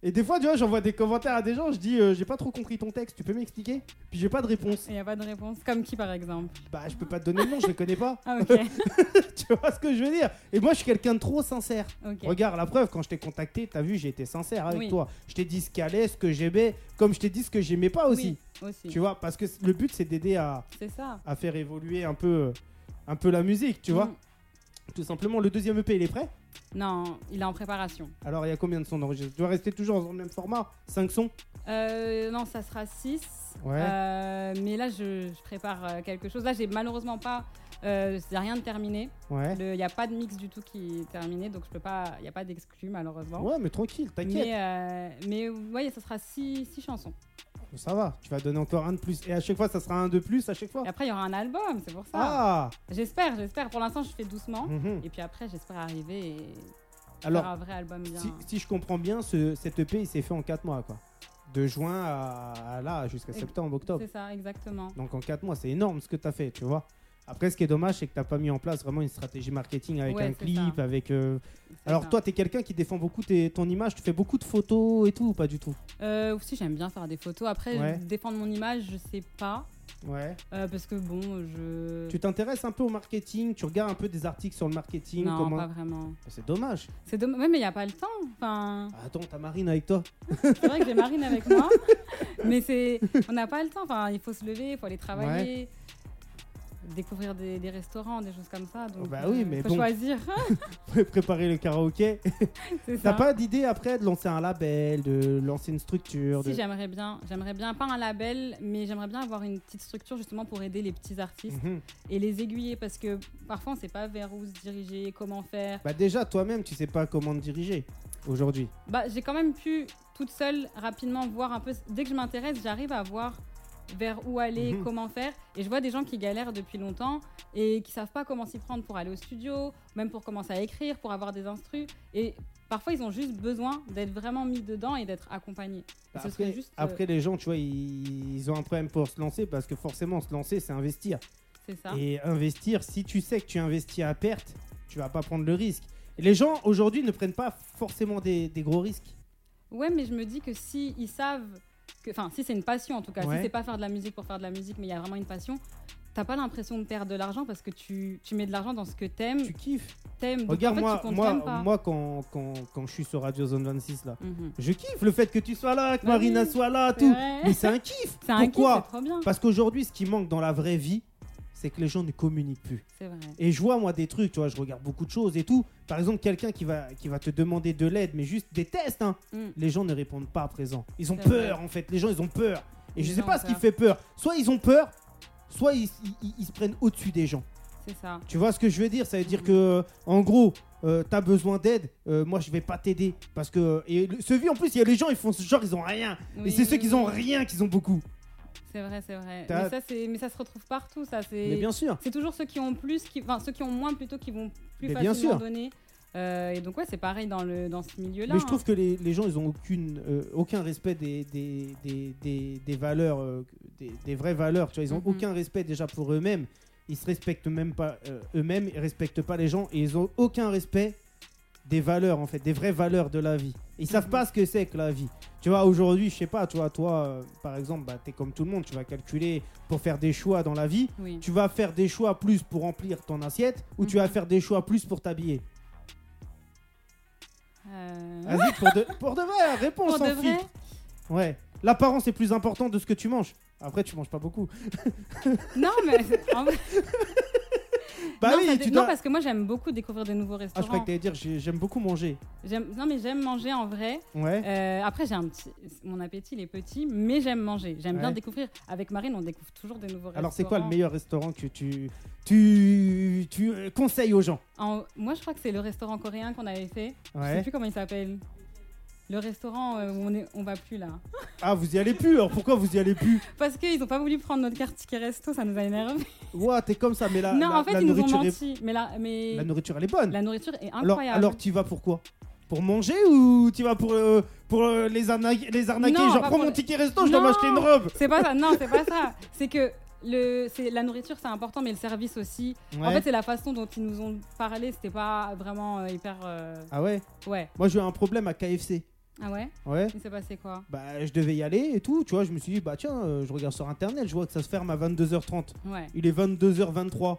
C: Et des fois, tu vois, j'envoie des commentaires à des gens, je dis euh, j'ai pas trop compris ton texte, tu peux m'expliquer Puis j'ai pas de réponse.
D: Il n'y a pas de réponse. Comme qui par exemple
C: Bah, je peux pas te donner le nom, je les connais pas.
D: Ah ok,
C: tu vois ce que je veux dire Et moi, je suis quelqu'un de trop sincère.
D: ok.
C: Regarde, la preuve, quand je t'ai contacté, t'as vu, j'ai été sincère avec
D: Oui.
C: toi. Je t'ai dit ce qu'allait, ce que j'aimais, comme je t'ai dit ce que j'aimais pas aussi.
D: Oui, aussi.
C: Tu vois, parce que le but, c'est d'aider à,
D: C'est ça.
C: à faire évoluer un peu, un peu la musique, tu vois.
D: Mhm.
C: Tout simplement, le deuxième EP, il est prêt
D: Non, il est en préparation.
C: Alors, il y a combien de sons d'enregistrement Tu dois rester toujours dans le même format 5 sons
D: Euh, non, ça sera 6.
C: Ouais.
D: mais là, je, je prépare euh, quelque chose. Là, j'ai malheureusement pas. Euh, c'est rien de terminé.
C: Ouais.
D: Il n'y a pas de mix du tout qui est terminé, donc je peux pas. Il n'y a pas d'exclus malheureusement.
C: Ouais, mais tranquille, t'inquiète,
D: mais euh, mais ouais, ça sera 6 six, six chansons.
C: ça va. Tu vas donner encore un de plus. Et à chaque fois, ça sera un de plus à chaque fois.
D: Et après, il y aura un album, c'est pour ça.
C: Oh. Ah
D: J'espère, j'espère. Pour l'instant, je fais doucement.
C: Mhm.
D: Et puis après, j'espère arriver et faire
C: Alors,
D: un vrai album bien.
C: si, si je comprends bien, ce, cet EP, il s'est fait en 4 mois, quoi. De juin à, à là, jusqu'à
D: Ex-
C: septembre, octobre.
D: C'est ça, exactement.
C: Donc en 4 mois, c'est énorme ce que t'as fait, tu vois. Après, ce qui est dommage, c'est que t'as pas mis en place vraiment une stratégie marketing avec
D: Ouais,
C: un
D: c'est
C: clip,
D: ça.
C: avec. euh,
D: C'est
C: Alors
D: ça.
C: toi, t'es quelqu'un qui défend beaucoup tes- ton image, tu fais beaucoup de photos et tout, ou pas du tout
D: Euh, aussi, j'aime bien faire des photos. Après,
C: Ouais.
D: défendre mon image, je sais pas.
C: Ouais.
D: Euh, parce que bon, je.
C: Euh. Tu t'intéresses un peu au marketing, tu regardes un peu des articles sur le marketing.
D: non,
C: comment...
D: pas vraiment.
C: C'est dommage. Ah,
D: C'est dommage. Ouais, mais il n'y a pas le temps. Enfin,
C: Attends, t'as Marine avec toi.
D: c'est vrai que j'ai Marine avec moi. Mais c'est. On n'a pas le temps. Enfin, il faut se lever, il faut aller travailler. Découvrir des, des restaurants, des choses comme ça. Donc, euh,
C: Bah oui, mais
D: faut
C: bon.
D: choisir.
C: Pré- Préparer le karaoké.
D: c'est ça.
C: T'as pas d'idée après de lancer un label, de lancer une structure de...
D: Si j'aimerais bien, j'aimerais bien pas un label, mais j'aimerais bien avoir une petite structure justement pour aider les petits artistes
C: Mhm.
D: et les aiguiller parce que parfois on sait pas vers où se diriger, comment faire.
C: Bah déjà, toi-même, tu sais pas comment te diriger aujourd'hui.
D: Bah, j'ai quand même pu toute seule rapidement voir un peu. Dès que je m'intéresse, j'arrive à voir vers où aller,
C: Mhm.
D: comment faire. Et je vois des gens qui galèrent depuis longtemps et qui savent pas comment s'y prendre pour aller au studio, même pour commencer à écrire, pour avoir des instrus. Et parfois ils ont juste besoin d'être vraiment mis dedans et d'être accompagnés.
C: Bah,
D: ce
C: après,
D: serait juste, euh,
C: après, les gens, tu vois, ils, ils ont un problème pour se lancer parce que forcément, se lancer, c'est investir.
D: C'est ça.
C: Et investir, si tu sais que tu investis à perte, tu vas pas prendre le risque. Et les gens, aujourd'hui, ne prennent pas forcément des- des gros risques.
D: Ouais, mais je me dis que si ils savent que, enfin, si c'est une passion en tout cas,
C: Ouais.
D: si c'est pas faire de la musique pour faire de la musique, mais il y a vraiment une passion, t'as pas l'impression de perdre de l'argent parce que tu, tu mets de l'argent dans ce que t'aimes.
C: Tu kiffes.
D: t'aimes. Donc,
C: Regarde,
D: en fait,
C: moi,
D: tu comptes
C: moi,
D: même pas.
C: moi quand, quand, quand je suis sur Radio Zone 26, là,
D: Mhm.
C: je kiffe le fait que tu sois là, que
D: Bah
C: Marina
D: oui,
C: soit là,
D: c'est
C: tout.
D: vrai.
C: Mais c'est un kiff.
D: C'est un kiff,
C: Pourquoi
D: c'est trop bien.
C: Parce qu'aujourd'hui, ce qui manque dans la vraie vie, c'est que les gens ne communiquent plus.
D: C'est vrai.
C: Et je vois moi des trucs, tu vois, je regarde beaucoup de choses et tout. Par exemple, quelqu'un qui va, qui va te demander de l'aide, mais juste des tests, hein.
D: Mm.
C: les gens ne répondent pas à présent. Ils ont
D: C'est
C: peur en fait, les gens ils ont peur. Et
D: Les
C: je sais
D: gens
C: pas
D: ont
C: ce qui
D: peur.
C: fait peur. Soit ils ont peur, soit ils, ils- ils- ils se prennent au-dessus des gens.
D: C'est ça.
C: Tu vois ce que je veux dire Ça veut dire que, euh, en gros, euh, t'as besoin d'aide, euh, moi je vais pas t'aider. Parce que. Et le- ce vie en plus, il y a les gens, ils font ce genre, ils ont rien. et
D: Oui,
C: c'est ceux
D: oui,
C: qui ont
D: oui.
C: rien qu'ils ont beaucoup.
D: C'est vrai, c'est vrai.
C: T'as-
D: Mais ça, c'est- mais ça se retrouve partout, ça.
C: Mais
D: C'est
C: bien sûr.
D: c'est toujours ceux qui ont plus, qui... enfin ceux qui ont moins plutôt, qui vont plus
C: Mais bien
D: facilement
C: sûr.
D: donner. Euh, et donc ouais, c'est pareil dans le dans ce milieu-là.
C: Mais je
D: hein.
C: trouve que les, les gens, ils n'ont aucune, euh, aucun respect des, des, des, des, des valeurs, euh, des, des vraies valeurs. Tu vois, ils n'ont
D: Mhm.
C: aucun respect déjà pour eux-mêmes. Ils se respectent même pas euh, eux-mêmes, ils respectent pas les gens et ils ont aucun respect des valeurs en fait, des vraies valeurs de la vie. Ils savent
D: Mhm.
C: pas ce que c'est que la vie. Tu vois, aujourd'hui, je sais pas, tu vois, toi, euh, par exemple, bah, tu es comme tout le monde, tu vas calculer pour faire des choix dans la vie.
D: Oui.
C: Tu vas faire des choix plus pour remplir ton assiette ou tu
D: Mhm.
C: vas faire des choix plus pour t'habiller.
D: Euh,
C: Vas-y, pour de, pour de vrai, réponse
D: Pour de
C: en
D: vrai,
C: filtre. Ouais. L'apparence est plus importante de ce que tu manges. Après, tu manges pas beaucoup.
D: non mais en vrai-
C: Bah
D: non, ça
C: oui,
D: dé-
C: tu
D: non,
C: dois.
D: parce que moi j'aime beaucoup découvrir des nouveaux
C: Ah, je
D: restaurants.
C: croyais que t'allais dire, j'ai- j'aime beaucoup manger.
D: J'aime- non mais j'aime manger en vrai.
C: Ouais.
D: Euh, après j'ai un petit, mon appétit il est petit, mais j'aime manger. J'aime bien
C: Ouais.
D: découvrir. Avec Marine on découvre toujours des nouveaux restaurants.
C: Alors, c'est quoi le meilleur restaurant que tu, tu, tu euh, conseilles aux gens
D: En- Moi je crois que c'est le restaurant coréen qu'on avait fait. Je sais
C: Ouais.
D: plus comment il s'appelle. Le restaurant euh, où on, est, on va plus là.
C: Ah, vous y allez plus Alors, pourquoi vous y allez plus
D: Parce qu'ils ont pas voulu prendre notre carte ticket resto, ça nous a énervé.
C: Ouah, t'es comme ça, mais la,
D: non,
C: Ah, la-
D: en fait,
C: la
D: ils nous ont
C: nourriture est,
D: menti. Mais la, mais
C: la nourriture, elle est bonne.
D: la nourriture est
C: alors,
D: incroyable.
C: alors, tu vas pour quoi Pour manger ou tu vas pour, euh, pour euh, les, arna- les arnaquer
D: Non,
C: Genre,
D: pas
C: prends
D: pour
C: mon
D: les-
C: ticket resto, je dois
D: Non
C: m'acheter une robe.
D: C'est pas ça, non, c'est pas ça. C'est que le, c'est, la nourriture, c'est important, mais le service aussi. En
C: Ouais.
D: fait, c'est la façon dont ils nous ont parlé, c'était pas vraiment euh, hyper. euh,
C: Ah ouais
D: Ouais.
C: Moi, j'ai eu un problème à KFC.
D: Ah ouais
C: Ouais.
D: Il s'est passé quoi
C: bah, je devais y aller et tout, tu vois, je me suis dit, bah tiens, euh, je regarde sur internet, je vois que ça se ferme à 22h30.
D: Ouais,
C: Il est 22h23.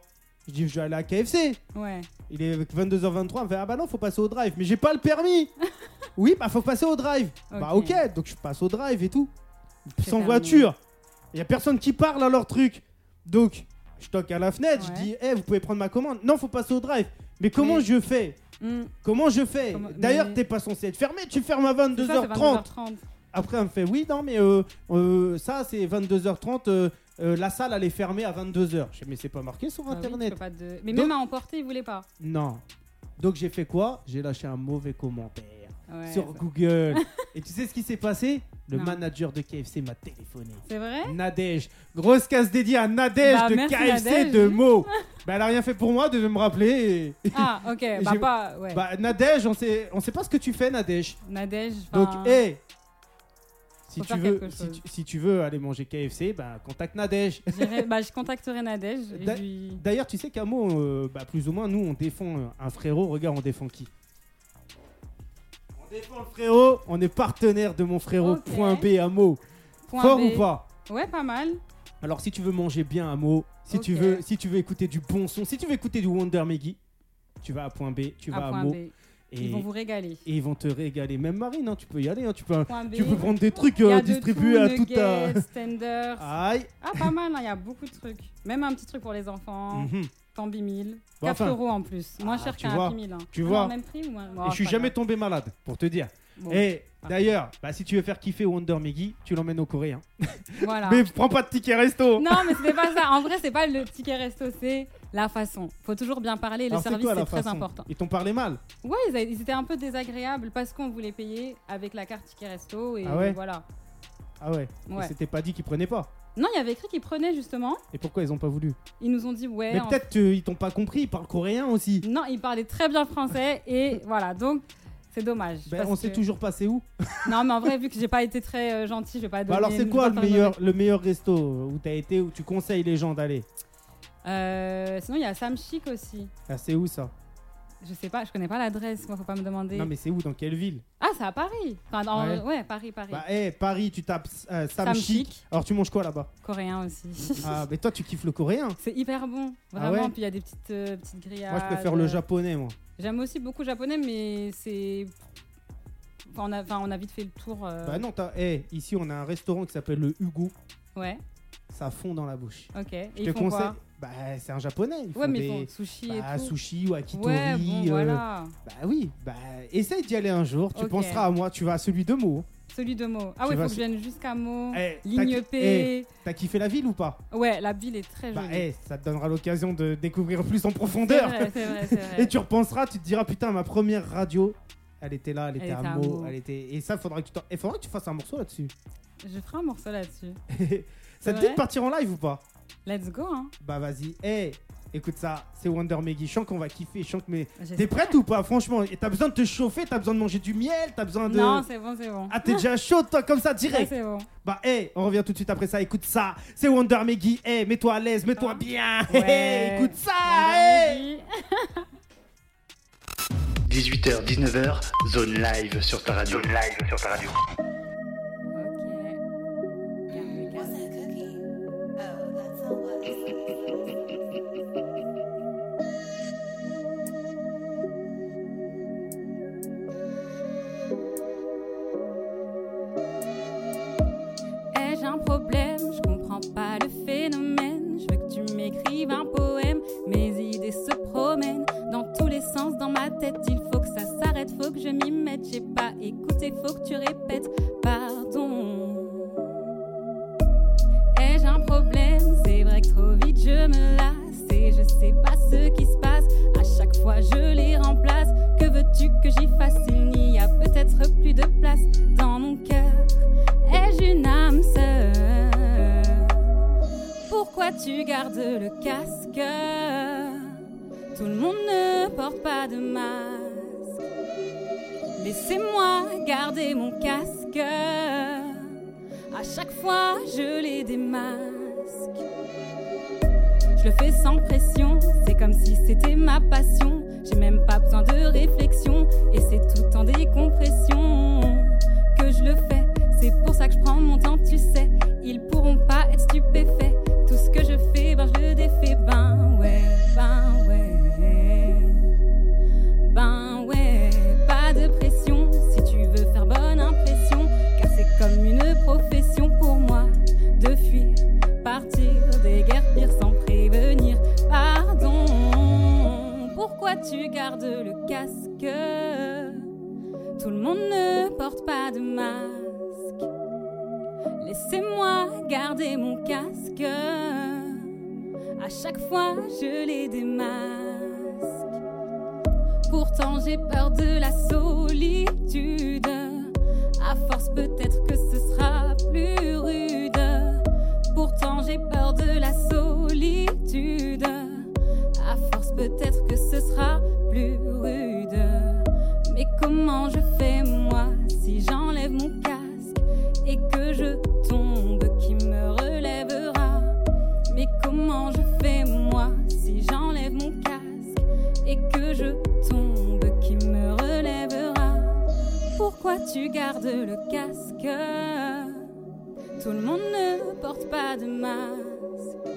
C: Je dis, je vais aller à KFC.
D: ouais.
C: Il est 22h23, on me fait, ah bah non, faut passer au drive, mais j'ai pas le permis. oui, bah faut passer au drive. Bah
D: Ok.
C: ok, donc je passe au drive et tout.
D: C'est
C: Sans
D: fermé.
C: voiture. Il y a personne qui parle à leur truc. Donc, je toque à la fenêtre,
D: Ouais.
C: je dis, eh, vous pouvez prendre ma commande. Non, faut passer au drive. Mais comment
D: Mais-
C: je fais
D: Hmm.
C: Comment je fais
D: Comment-
C: D'ailleurs,
D: mais-
C: t'es pas censé être fermé, tu fermes à
D: C'est ça, c'est
C: 22h30.
D: 22h30.
C: Après, elle me fait oui, non, mais euh, euh, ça, c'est 22h30. euh, euh, la salle, elle est fermée à 22h. Je fais, mais c'est pas marqué sur
D: Bah oui, tu
C: internet.
D: peux pas de- Mais
C: Donc-
D: même à emporter, ils voulaient pas.
C: Non. Donc, j'ai fait quoi J'ai lâché un mauvais commentaire
D: Ouais,
C: sur
D: ça-
C: Google. Et tu sais ce qui s'est passé Le
D: Non.
C: manager de KFC m'a téléphoné.
D: C'est vrai
C: Nadège. Grosse case dédiée à Nadège
D: Bah,
C: de
D: merci,
C: KFC
D: Nadège.
C: de mots. bah, elle a rien fait pour moi, devait me rappeler. et-
D: Ah, ok, bah
C: J'ai-
D: pas. Ouais.
C: Bah, Nadège, on sait, on sait pas ce que tu fais, Nadège.
D: Nadège.
C: Donc, eh.
D: enfin,
C: hé si
D: Ah. faut
C: tu,
D: faire
C: veux,
D: quelque
C: si,
D: chose.
C: tu, si tu veux aller manger KFC, bah, contacte Nadège.
D: j'irai- bah, je contacterai Nadège. et
C: Da-
D: je lui-
C: D'ailleurs, tu sais qu'à mot, euh, bah, plus ou moins, nous, on défend euh, un frérot. Regarde, on défend qui On défend le frérot. On est partenaire de mon frérot.
D: Ok.
C: Point B à mot.
D: Point
C: Fort
D: B.
C: ou pas
D: Ouais, pas mal.
C: Alors, si tu veux manger bien à mot, si, tu
D: Ok.
C: veux, si tu veux écouter du bon son, si tu veux écouter du Wonder Meggy, tu vas à Point B, tu vas
D: à
C: à
D: Ah, point
C: mot.
D: B.
C: Et,
D: Ils vont vous régaler.
C: et ils vont te régaler. Même Marine, hein, tu peux y aller. hein, tu, peux,
D: Point B.
C: tu peux prendre des trucs
D: Il y
C: euh,
D: a de
C: distribués à
D: tout,
C: toute ta.
D: nuggets, tenders. Ah.
C: Aïe.
D: pas mal, hein, il y a beaucoup de trucs. Même un petit truc pour les enfants.
C: Mhm.
D: Tambi 1000.
C: Bon,
D: 4
C: enfin.
D: euros en plus. Moins
C: Ah,
D: cher
C: tu
D: qu'un
C: vois,
D: Happy Meal. hein.
C: tu
D: Ah,
C: vois.
D: on a le même prix ou moins Bon,
C: Et je suis
D: c'est pas
C: jamais tombé malade, pour te dire.
D: grave. Bon,
C: Et
D: parfait.
C: d'ailleurs, bah, si tu veux faire kiffer Wonder Meggy, tu l'emmènes au coréen.
D: voilà.
C: Eh, Mais prends pas de ticket resto.
D: Ah. Non, mais c'était pas ça. En vrai, c'est pas le ticket resto, c'est la façon. Faut toujours bien parler. Le
C: Alors,
D: service,
C: quoi, la
D: c'est très
C: façon
D: important.
C: Ils t'ont parlé mal.
D: Ouais, ils, a- ils étaient un peu désagréables parce qu'on voulait payer avec la carte ticket resto. Et
C: Ah ouais
D: voilà.
C: Ah ouais. Ils
D: Ouais.
C: s'étaient pas dit qu'ils prenaient pas.
D: Non, il y avait écrit qu'ils prenaient justement.
C: Et pourquoi ils ont pas voulu
D: Ils nous ont dit, ouais,
C: Mais
D: en
C: peut-être euh, ils t'ont pas compris, ils parlent coréen aussi.
D: Eh, Non, il parlait très bien français et voilà, donc c'est dommage.
C: Ben,
D: parce
C: on sait
D: que-
C: toujours pas c'est où.
D: Non, mais en vrai, vu que j'ai pas été très euh, gentil, je vais pas donner.
C: Bah, alors
D: je
C: c'est
D: vais
C: quoi
D: pas
C: le
D: faire
C: meilleur, le meilleur resto où t'as été, où tu conseilles les gens d'aller
D: mauvais. Euh, Sinon, il y a Sam Chic aussi.
C: Ah, C'est où ça
D: Je sais pas, je connais pas l'adresse, moi, faut pas me demander.
C: Non, mais c'est où Dans quelle ville
D: Ah, c'est à Paris. Enfin, dans-
C: Ouais.
D: ouais. Paris, Paris.
C: Bah, eh, Paris, tu tapes euh, Sam,
D: Sam
C: Chic.
D: Chic.
C: Alors, tu manges quoi là-bas
D: Coréen aussi.
C: Ah, mais toi, tu kiffes le coréen.
D: C'est hyper bon,
C: Ah
D: vraiment.
C: ouais
D: Puis il y a des petites, euh, petites grillades.
C: Moi, je préfère le japonais, moi.
D: J'aime aussi beaucoup japonais, mais c'est. Enfin, on a, enfin, on a vite fait le tour. euh,
C: Bah, non, t'as. Eh, ici, on a un restaurant qui s'appelle le Hugo.
D: Ouais,
C: Ça fond dans la bouche.
D: ok. Et
C: Je
D: ils
C: te
D: font
C: conseille.
D: quoi
C: Bah, c'est un japonais. Ils font
D: Ouais, mais
C: des...
D: ils font sushi
C: bah,
D: et tout.
C: sushi ou akitori.
D: ouais, bon,
C: euh,
D: voilà.
C: Bah oui, bah essaye d'y aller un jour. Tu
D: Ok.
C: penseras à moi. Tu vas à celui de Meaux.
D: Celui de Meaux. Ah
C: Tu
D: ouais,
C: vas
D: faut que
C: sur-
D: je vienne jusqu'à Meaux.
C: Eh, t'as
D: Ligne
C: ki-
D: P.
C: T'as kiffé la ville ou pas
D: Ouais, la ville est très
C: Bah
D: jolie.
C: eh, ça te donnera l'occasion de découvrir plus en
D: c'est
C: profondeur.
D: vrai, c'est vrai, c'est vrai.
C: Et tu repenseras, tu te diras putain ma première radio. Elle était là, elle était
D: Elle était
C: à
D: à
C: Meaux,
D: Meaux.
C: elle était. Et ça faudra que tu t'en- eh, faudra que tu fasses un morceau là-dessus.
D: Je ferai un morceau là-dessus.
C: ça
D: C'est
C: te dit de
D: vrai
C: partir en live ou pas
D: Let's go, hein.
C: Bah vas-y. Eh, écoute ça, c'est Wonder Meggy. Je sens qu'on va kiffer. Je sens que mais
D: Ah, J'espère.
C: t'es prête ou pas Franchement, Et t'as besoin de te chauffer, t'as besoin de manger du miel, t'as besoin de.
D: Non, c'est bon, c'est bon.
C: ah t'es déjà chaud toi comme ça direct.
D: Ouais, c'est bon.
C: Bah, hey, on revient tout de suite après ça. Écoute ça, c'est Wonder Meggy. Hey, mets-toi à l'aise, mets-toi
D: Ah.
C: bien. Eh,
D: Ouais.
C: écoute ça. Ah, eh. hey.
D: Madame Mehdi.
A: 18h, 19h, zone live sur ta radio.
B: Zone live sur ta radio.
D: Ok. Calme, calme. Ai-je un problème Je comprends pas le phénomène. Je veux que tu m'écrives un poème. Mes idées se promènent dans tous les sens dans ma tête. Il faut que ça s'arrête, faut que je m'y mette. J'ai pas écouté, faut que tu répètes. Pardon. Ai-je un problème C'est vrai que trop vite je me lasse et je sais pas ce qui se passe. À chaque fois je les remplace. Que veux-tu que j'y fasse Il n'y a peut-être plus de place dans mon cœur. Ai-je une âme sœur Pourquoi tu gardes le casque Tout le monde ne porte pas de masque. Laissez-moi garder mon casque. À chaque fois, je les démasque. Je le fais sans pression, c'est comme si c'était ma passion. J'ai même pas besoin de réflexion, et c'est tout en décompression que je le fais. C'est pour ça que je prends mon temps, tu sais. Ils pourront pas être stupéfaits. Tout ce que je fais, ben je le défais. Ben ouais, ben ouais. Ben ouais, pas de pression si tu veux faire bonne impression, car c'est comme une profession pour moi de fuir, partir, déguerpir sans prévenir. Pardon, pourquoi tu gardes le casque Tout le monde ne porte pas de masque. Laissez-moi garder mon casque. À chaque fois, je les démasque. Pourtant j'ai peur de la solitude. À force peut-être que ce sera plus rude. Pourtant j'ai peur de la solitude. À force peut-être que ce sera plus rude. Mais comment je fais moi si j'enlève mon casque et que je tombe qui me relèvera Mais comment je fais moi si j'enlève mon casque et que je tombe, qui me relèvera Pourquoi tu gardes le casque Tout le monde ne porte pas de masque.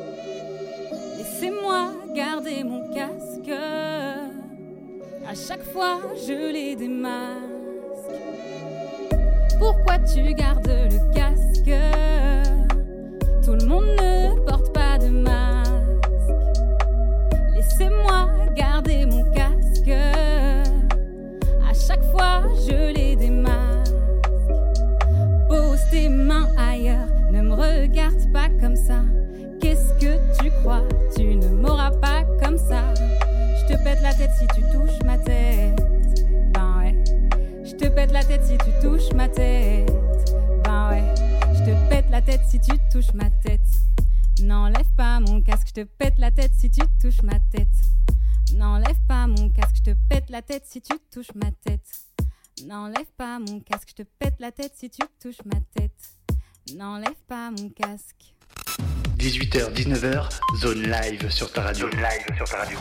D: Laissez-moi garder mon casque. À chaque fois, je les démasque. Pourquoi tu gardes le casque Tout le monde ne porte pas de masque. Laissez-moi garder mon casque. À chaque fois, je les démasque. Pose tes mains ailleurs, ne me regarde pas comme ça. Qu'est-ce que tu crois Tu ne m'auras pas comme ça. Je te pète la tête si tu touches ma tête. Ben ouais. Je te pète la tête si tu touches ma tête. Ben ouais. Je te pète la tête si tu touches ma tête. N'enlève pas mon casque, je te pète la tête si tu touches ma tête. N'enlève pas mon casque, je te pète la tête si tu touches ma tête. N'enlève pas mon casque, je te pète la tête si tu touches ma tête. N'enlève pas mon casque.
A: 18h, 19h, zone live sur ta radio.
B: Zone live sur ta radio.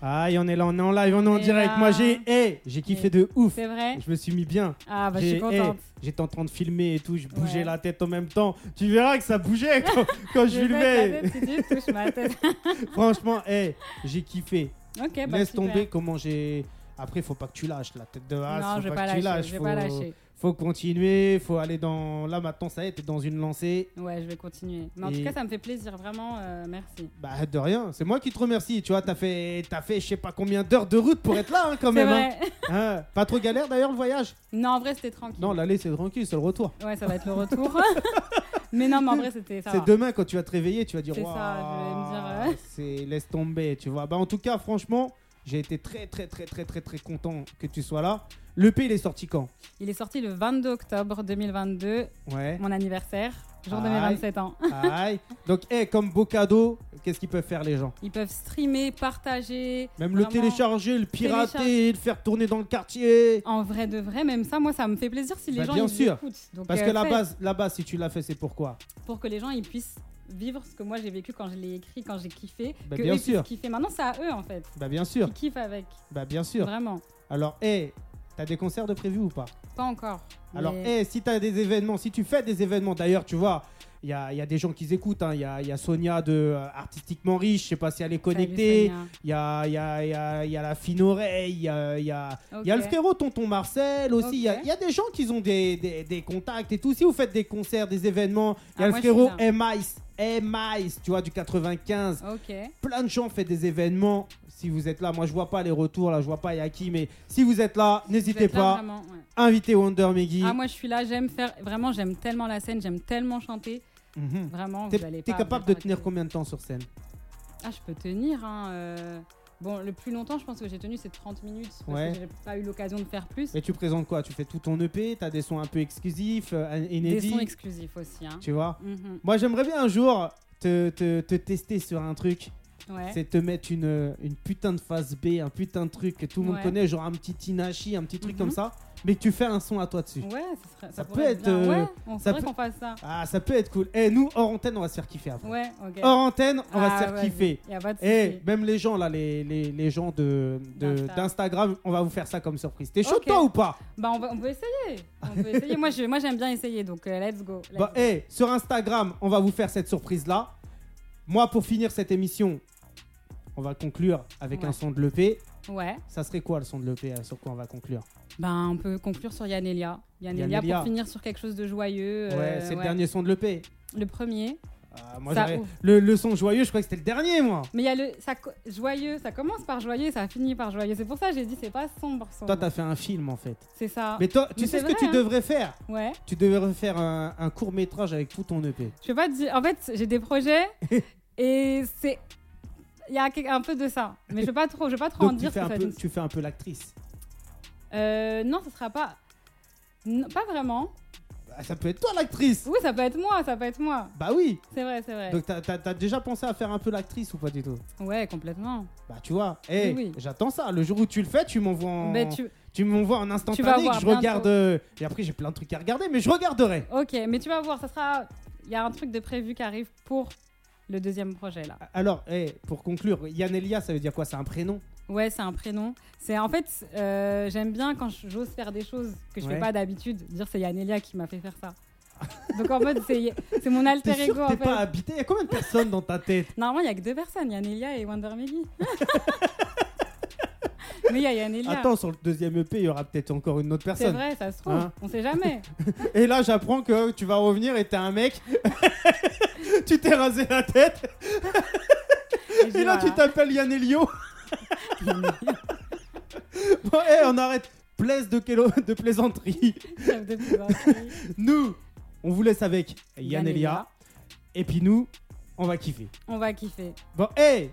C: Aïe, on est là, on est en live, on est en
D: Et
C: direct.
D: là.
C: Moi, j'ai, eh, j'ai kiffé de ouf.
D: C'est vrai
C: Je me suis mis bien.
D: Ah bah je
C: J'ai-
D: suis contente.
C: eh, J'étais en train de filmer et tout, je bougeais
D: Ouais.
C: la tête en même temps. Tu verras que ça bougeait quand, quand je
D: Je baisse
C: filmais.
D: la tête, si tu touches ma tête.
C: Franchement, eh, j'ai kiffé.
D: Ok, bah
C: Laisse
D: super.
C: tomber comment j'ai. Après, faut pas que tu lâches la tête de as.
D: non,
C: faut
D: je vais
C: pas,
D: pas
C: que tu
D: lâcher.
C: lâches.
D: Je vais
C: faut...
D: pas lâcher.
C: faut continuer, faut aller dans. Là maintenant, ça y est, t'es dans une lancée.
D: Ouais, je vais continuer. Mais en
C: Et-
D: tout cas, ça me fait plaisir, vraiment. euh, merci.
C: Bah de rien, c'est moi qui te remercie. Tu vois, t'as fait, t'as fait, je sais pas combien d'heures de route pour être là, hein, quand
D: C'est
C: même. hein.
D: vrai.
C: Hein, pas trop galère d'ailleurs le voyage.
D: Non, en vrai, c'était tranquille.
C: Non, l'aller c'est tranquille, c'est le retour.
D: Ouais, ça va être le retour. mais non, mais en vrai, c'était ça. va.
C: C'est demain quand tu vas te réveiller, tu vas dire
D: C'est
C: waouh,
D: ça, je vais me dire, euh.
C: c'est laisse tomber, tu vois. Bah en tout cas, franchement, j'ai été très très très très très très content que tu sois là. Le P il est sorti quand
D: Il est sorti le 22 octobre 2022,
C: Ouais.
D: mon anniversaire, jour de mes
C: Aïe.
D: 27 ans.
C: Aïe. Donc, eh, comme beau cadeau, qu'est-ce qu'ils peuvent faire les gens
D: Ils peuvent streamer, partager.
C: Même le
D: Vraiment.
C: télécharger, le pirater,
D: Télécharger.
C: le faire tourner dans le quartier.
D: En vrai de vrai, même ça, moi, ça me fait plaisir si les
C: Bah,
D: gens
C: bien
D: ils
C: sûr.
D: écoutent. Donc,
C: Parce
D: euh,
C: que la
D: faites
C: base, la base, si tu l'as fait, c'est pourquoi
D: Pour que les gens ils puissent vivre ce que moi j'ai vécu quand je l'ai écrit, quand j'ai kiffé.
C: Bah,
D: que
C: bien
D: eux
C: sûr.
D: puissent kiffer. Maintenant, c'est à eux en fait.
C: Bah bien sûr,
D: Ils kiffent avec.
C: bah bien sûr.
D: Vraiment.
C: Alors, eh, t'as des concerts de prévu ou pas
D: Pas encore.
C: Alors,
D: Mais-
C: eh, si t'as des événements, si tu fais des événements, d'ailleurs, tu vois, il y a, il y a des gens qui écoutent. hein. Il y, a, il y a Sonia de euh, Artistiquement Riche, je sais pas si elle est
D: Salut,
C: connectée.
D: Sonia.
C: Il y a, il y, a, il y, a, il y a la fine oreille, il y a, il y a- il y a
D: Ok.
C: le frérot Tonton Marcel aussi. Il y a-
D: Ok.
C: il y, a des gens qui ont des, des- des contacts et tout. Si vous faites des concerts, des événements, il y a
D: Ah,
C: le
D: moi, je
C: frérot
D: suis
C: M.I.C. M.I.C. tu vois, du 95.
D: Ok.
C: Plein de gens font des événements. Si vous êtes là, moi je vois pas les retours, là je vois pas y a qui, mais si vous êtes là,
D: Vous
C: n'hésitez
D: êtes là,
C: pas.
D: vraiment, ouais.
C: Invitez Wonder Meggy.
D: Ah, moi je suis là, j'aime faire. Vraiment, j'aime tellement la scène, j'aime tellement chanter.
C: Mhm.
D: Vraiment,
C: T'es
D: vous allez
C: t'es
D: pas
C: capable
D: vous
C: de
D: arrêter.
C: tenir combien de temps sur scène
D: Ah, je peux tenir. hein, euh, Bon, le plus longtemps, je pense que j'ai tenu, c'est 30 minutes. Parce
C: Ouais.
D: que j'ai pas eu l'occasion de faire plus.
C: Mais tu présentes quoi Tu fais tout ton EP, t'as des sons un peu exclusifs, euh,
D: Des
C: inédits,
D: sons exclusifs aussi. Hein.
C: tu vois
D: Mhm,
C: Moi j'aimerais bien un jour te, te- te tester sur un truc,
D: ouais.
C: c'est te mettre une, euh, une putain de phase B, un putain de truc que tout le monde
D: Ouais.
C: connaît, genre un petit Tinashi, un petit truc
D: Mhm.
C: comme ça, mais que tu fais un son à toi dessus.
D: Ouais, ça, serait- ça
C: Ça peut
D: pourrait
C: être,
D: être. bien.
C: euh,
D: Ouais, on
C: ça
D: faudrait
C: peut-
D: qu'on fasse ça.
C: Ah, ça peut être cool. Et nous, hors antenne, on va se faire kiffer après.
D: Ouais, ok.
C: Hors antenne, on va se
D: Ah,
C: faire
D: vas-y,
C: kiffer.
D: Y a pas de
C: Eh,
D: souci.
C: même les gens là, les, les, les gens de de-
D: D'Insta.
C: d'Instagram, on va vous faire ça comme surprise. T'es chaud
D: Ok.
C: toi ou pas
D: Bah, on, va- on peut essayer. On peut essayer. Moi, je- moi, j'aime bien essayer, donc euh, let's go. let's
C: Bah,
D: go.
C: hey, sur Instagram, on va vous faire cette surprise là. Moi, pour finir cette émission, on va conclure avec
D: Ouais.
C: un son de l'EP.
D: Ouais.
C: Ça serait quoi le son de l'EP euh, sur quoi on va conclure
D: Ben, on peut conclure sur Yanelia. Yanelia,
C: Yann Elia.
D: pour finir sur quelque chose de joyeux.
C: Ouais,
D: euh,
C: c'est le dernier son de l'EP.
D: Le premier.
C: Ah, moi,
D: Ça
C: j'aurais-
D: ouvre.
C: le, le son joyeux, je crois que c'était le dernier, moi.
D: Mais il y a le ça, co- joyeux, ça commence par joyeux et ça finit par joyeux. C'est pour ça que j'ai dit c'est pas sombre. sombre.
C: Toi, t'as fait un film en fait.
D: C'est ça.
C: Mais toi, tu
D: Mais
C: sais
D: c'est
C: ce que
D: vrai,
C: tu
D: hein.
C: devrais faire
D: Ouais.
C: Tu devrais faire un, court métrage avec tout ton E EP.
D: Je peux pas te dire. En fait, j'ai des projets et c'est. Il y a quelque- un peu de ça. Mais je peux pas trop, je peux pas trop Oh, en
C: Donc, tu
D: dire.
C: fais,
D: que
C: un
D: ça va
C: peu,
D: être une-
C: tu fais un peu l'actrice.
D: Euh, non, ce sera pas. non, pas vraiment.
C: Bah, ça peut être toi l'actrice
D: Oui, ça peut être moi, ça peut être moi.
C: Bah oui
D: C'est vrai, c'est vrai.
C: Donc, t'as- t'as t'as déjà pensé à faire un peu l'actrice ou pas du tout
D: Ouais, complètement.
C: Bah tu vois, hey,
D: Oui, oui.
C: j'attends ça. Le jour où tu le fais, tu m'envoies en...
D: Mais tu...
C: tu m'envoies en
D: vas
C: instantané
D: voir
C: que je
D: bientôt.
C: regarde. euh, Et après j'ai plein de trucs à regarder, mais je regarderai.
D: Ok, mais tu vas voir, ça sera. Il y a un truc de prévu qui arrive pour le deuxième projet là.
C: Alors, hey, pour conclure, Yann Elia, ça veut dire quoi C'est un prénom
D: Ouais, c'est un prénom. C'est en fait, euh, j'aime bien quand je- j'ose faire des choses que je
C: Ouais.
D: fais pas d'habitude. Dire c'est Yanelia qui m'a fait faire ça. Donc en mode c'est c'est mon
C: T'es
D: alter
C: sûr
D: ego
C: que
D: en
C: t'es
D: fait.
C: pas habité Il y a combien de personnes dans ta tête
D: Normalement il y a que deux personnes, Yanelia et Wonder Meggy. Mais il y a Yanelia.
C: Attends, sur le deuxième EP, il y aura peut-être encore une autre
D: C'est
C: personne.
D: vrai, ça se trouve.
C: Hein
D: On sait jamais.
C: Et là, j'apprends que tu vas revenir et t'es un mec. tu t'es rasé la tête.
D: je dis,
C: Et là, tu
D: voilà.
C: t'appelles Yann Elio. bon, hey, on arrête. Plaise de, kélo- de plaisanterie.
D: Chef de plaisanterie.
C: Nous, on vous laisse avec Yann
D: Yann
C: Elia. Et puis nous, on va kiffer.
D: On va kiffer.
C: Bon, hey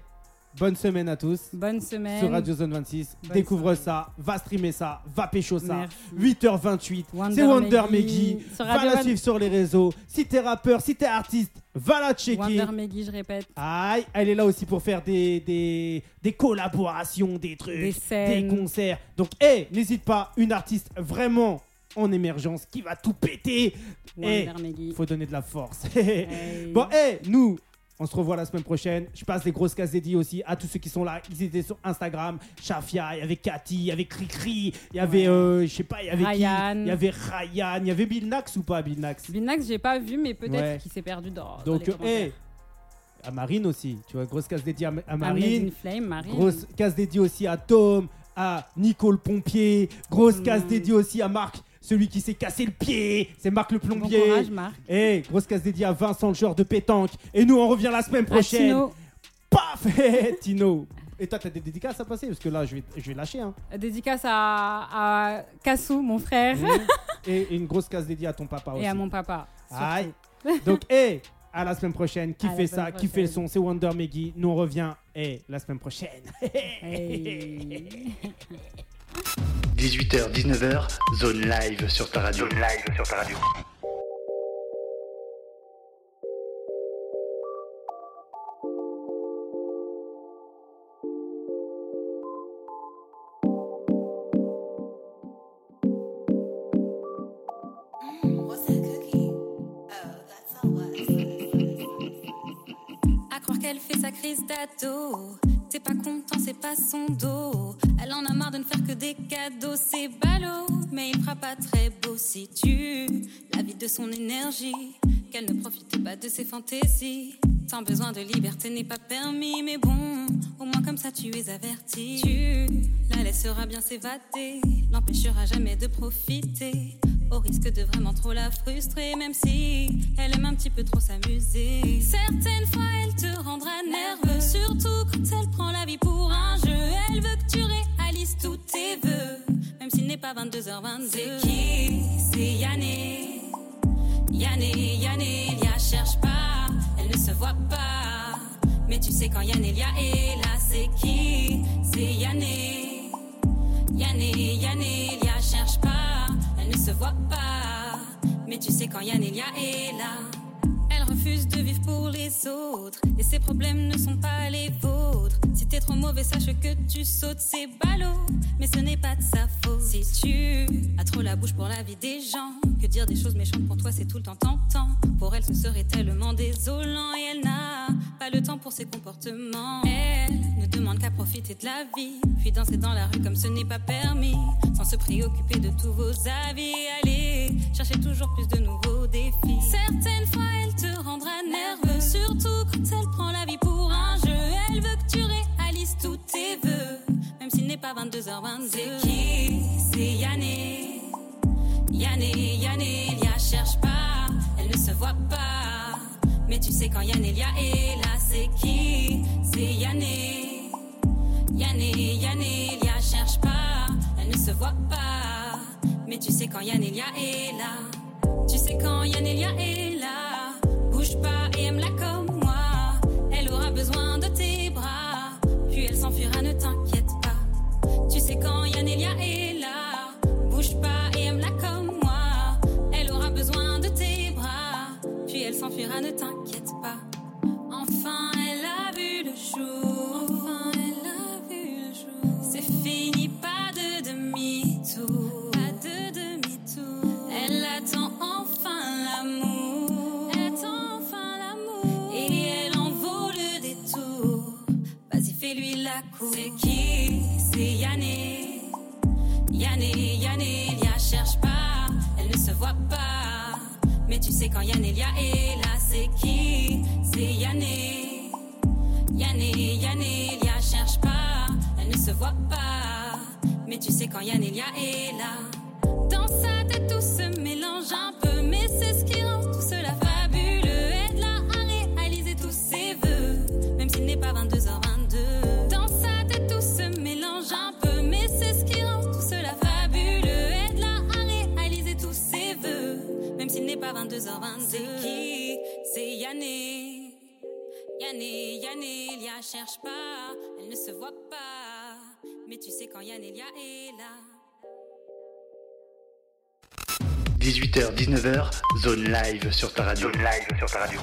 C: Bonne semaine à tous
D: Bonne semaine.
C: sur Radio Zone 26.
D: Bonne
C: Découvre
D: semaine.
C: ça, va streamer ça, va pécho ça.
D: Merci.
C: 8h28,
D: Wonder
C: c'est Wonder
D: Meggy.
C: Meggy.
D: Sur
C: Va
D: Radio
C: la
D: One-
C: suivre sur les réseaux. Si t'es rappeur, si t'es artiste, va la checker.
D: Wonder Meggy, je répète.
C: Aïe, elle est là aussi pour faire des, des, des collaborations, des trucs,
D: Des scènes.
C: des concerts. Donc, hey, n'hésite pas, une artiste vraiment en émergence qui va tout péter.
D: Wonder
C: Hey,
D: Meggy.
C: faut donner de la force.
D: Hey.
C: Bon, hé, nous, On se revoit la semaine prochaine. Je passe les grosses cases dédiées aussi à tous ceux qui sont là. Ils étaient sur Instagram. Shafia, il y avait Cathy, il y avait Cricri, il y avait, euh, je sais pas, il y avait qui
D: Ryan.
C: Il y avait Ryan, il y avait Bill Nax ou pas Bill Nax
D: Binax, j'ai pas vu, mais peut-être
C: Ouais.
D: qu'il s'est perdu dans. dans
C: Donc,
D: les
C: euh, hey,
D: commentaires.
C: à Marine aussi. Tu vois, grosse case dédiée à, à
D: Amazing
C: Marine.
D: Flame, Marine.
C: Grosse case dédiée aussi à Tom, à Nico le pompier. Grosse case
D: Mm.
C: dédiée aussi à Marc, celui qui s'est cassé le pied. C'est Marc le
D: Bon
C: plombier.
D: courage, Marc.
C: Et grosse case dédiée à Vincent, le joueur de pétanque. Et nous, on revient la semaine prochaine.
D: Asino,
C: Paf eh, Tino Et toi, t'as des dédicaces à passer Parce que là, je vais, je vais lâcher. Hein.
D: dédicace à, à Cassou, mon frère,
C: Et une grosse case dédiée à ton papa aussi.
D: et à mon papa. surtout.
C: Aïe. Donc, hé À la semaine prochaine. Qui
D: À la
C: fait
D: semaine
C: ça Qui fait le
D: prochaine.
C: son C'est Wonder Meggy. Nous, on revient. Et la semaine prochaine.
D: Hey.
A: 18h, 19h, zone live sur ta radio.
B: Zone live sur ta radio.
E: À croire qu'elle fait sa crise d'ado. T'es pas content, c'est pas son dos. Elle en a marre de ne faire que des cadeaux, c'est ballot. Mais il fera pas très beau si tu la vide de son énergie. Qu'elle ne profite pas de ses fantaisies. Tant besoin de liberté n'est pas permis, mais bon, au moins comme ça tu es averti. Tu la laisseras bien s'évader, l'empêchera jamais de profiter. Au risque de vraiment trop la frustrer, même si elle aime un petit peu trop s'amuser. Certaines fois, elle te rendra nerveux, surtout quand elle prend la vie pour un jeu. Elle veut que tu réalises tous tes vœux, même s'il n'est pas 22h22. C'est qui C'est Yanné. Yanné, Yanelia cherche pas, elle ne se voit pas. Mais tu sais quand Yanelia est là, c'est qui C'est Yanné. Yanné, Yanelia cherche pas, elle ne se voit pas. Mais tu sais quand Yanelia est là. Elle refuse de vivre pour les autres et ses problèmes ne sont pas les vôtres. Si t'es trop mauvais, sache que tu sautes, c'est ballot, mais ce n'est pas de sa faute. Si tu as trop la bouche pour la vie des gens, que dire des choses méchantes pour toi, c'est tout le temps tentant. Pour elle, ce serait tellement désolant et elle n'a pas le temps pour ses comportements. Elle ne demande qu'à profiter de la vie, puis danser dans la rue comme ce n'est pas permis, sans se préoccuper de tous vos avis. Allez, cherchez toujours plus de nouveaux défis. Certaines fois, elle te rendra nerveux, surtout quand elle prend la vie pour un jeu. Elle veut que tu réalises tous tes vœux, même s'il n'est pas 22h22. C'est qui C'est Yanné. Yanné, Yanelia cherche pas, elle ne se voit pas. Mais tu sais quand Yanelia est là, c'est qui C'est Yanné. Yanné, Yanelia cherche pas, elle ne se voit pas. Mais tu sais quand Yanelia est là, tu sais quand Yanelia est là. Bouge pas et aime-la comme moi, elle aura besoin de tes bras. Puis elle s'enfuira, ne t'inquiète pas. Tu sais quand Yanelia est là, bouge pas et aime-la comme moi. Elle aura besoin de tes bras, puis elle s'enfuira, ne t'inquiète pas. Enfin elle a vu le jour, enfin elle a vu le jour. C'est fini, pas de demi-tour, pas de demi-tour. Elle attend enfin l'amour, elle attend enfin l'amour. Et elle en vaut le détour, vas-y fais-lui la cour. C'est qui C'est Yanné. Yanné, Yanelia cherche pas, elle ne se voit pas. Mais tu sais quand Yanelia est là, c'est qui C'est Yanné. Yanné, Yanelia cherche pas, elle ne se voit pas. Mais tu sais quand Yanelia est là. Dans sa tête, tout se mélange un peu, mais c'est ce qui rend tout cela fabuleux. Aide-la à réaliser tous ses vœux, même s'il n'est pas 22h22. Dans sa tête, tout se mélange un peu, mais c'est ce qui rend tout cela fabuleux. Aide-la à réaliser tous ses vœux, même s'il n'est pas 22h22. C'est qui C'est Yanné. Yanné, Yanelia cherche pas, elle ne se voit pas. Mais tu sais quand Yanelia est là.
A: 18h, 19h, zone live sur ta radio.
B: Zone live sur ta radio.